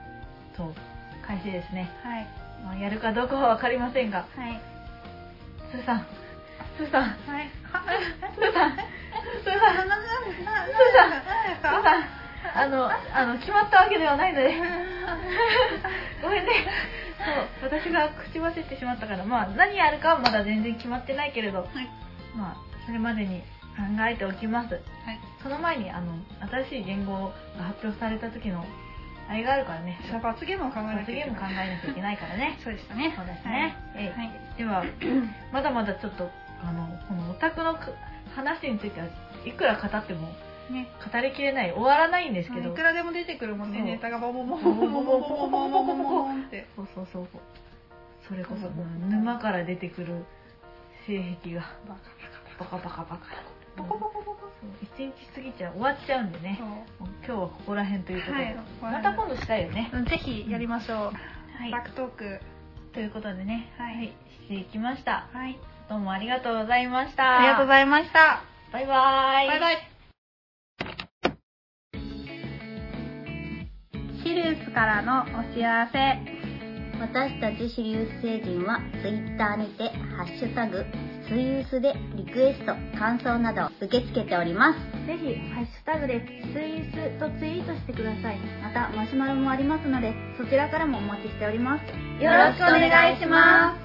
Speaker 3: そう、返しですね。
Speaker 2: はい
Speaker 3: まあ、やるかどうかはわかりませんが、
Speaker 2: はい
Speaker 3: スーさん、スーさん、
Speaker 2: はい
Speaker 3: スーさん、スーさん、スーさん、あの、あの、決まったわけではないので、ごめんね。そう、私が口走ってしまったから、まあ、何やるかはまだ全然決まってないけれど、
Speaker 2: はい
Speaker 3: まあ、それまでに考えておきます。その前に、あの、新しい言語が発表された時の、あれがあるからね。
Speaker 2: さあ罰ゲームを考えな
Speaker 3: 罰
Speaker 2: きゃい
Speaker 3: ゲ
Speaker 2: け
Speaker 3: ーム考
Speaker 2: ない
Speaker 3: えなきゃいけないからね。
Speaker 2: そうでしたね
Speaker 3: そうですね。えい
Speaker 2: はい
Speaker 3: で は、まだまだちょっと、あの、このオタクのく話については、いくら語っても
Speaker 2: ね
Speaker 3: 語りきれない、終わらないんですけ
Speaker 2: い
Speaker 3: ど
Speaker 2: く、らでも出てくるもんね
Speaker 3: そう
Speaker 2: ネタがボボボボボボボボボボボボボボンって
Speaker 3: そうそうそうそう。それこそ、
Speaker 2: そうそう
Speaker 3: うん沼から出てくる性癖が、
Speaker 2: バカ
Speaker 3: バカバカバカ。
Speaker 2: バカボコボコボコ
Speaker 3: そう一日過ぎちゃう、終わっちゃうんでね。もう今日はここら辺ということで、
Speaker 2: はい
Speaker 3: また今度したいよね。
Speaker 2: そうぜひやりましょう
Speaker 3: は
Speaker 2: バックトーク
Speaker 3: ということでね、
Speaker 2: はい
Speaker 3: していきました。
Speaker 2: はい
Speaker 3: どうもありがとうございました。
Speaker 2: ありがとうございました
Speaker 3: バイバイ。
Speaker 2: バイバイシリウスからのお知らせ
Speaker 1: 私たちシリウス星人は Twitter にて「ハッシュタグスイウス」でリクエスト感想など受け付けております
Speaker 4: ぜひ、ハッシュタグで、スイースとツイートしてください。
Speaker 1: またマシュマロもありますのでそちらからもお待ちしております
Speaker 4: よろしくお願いします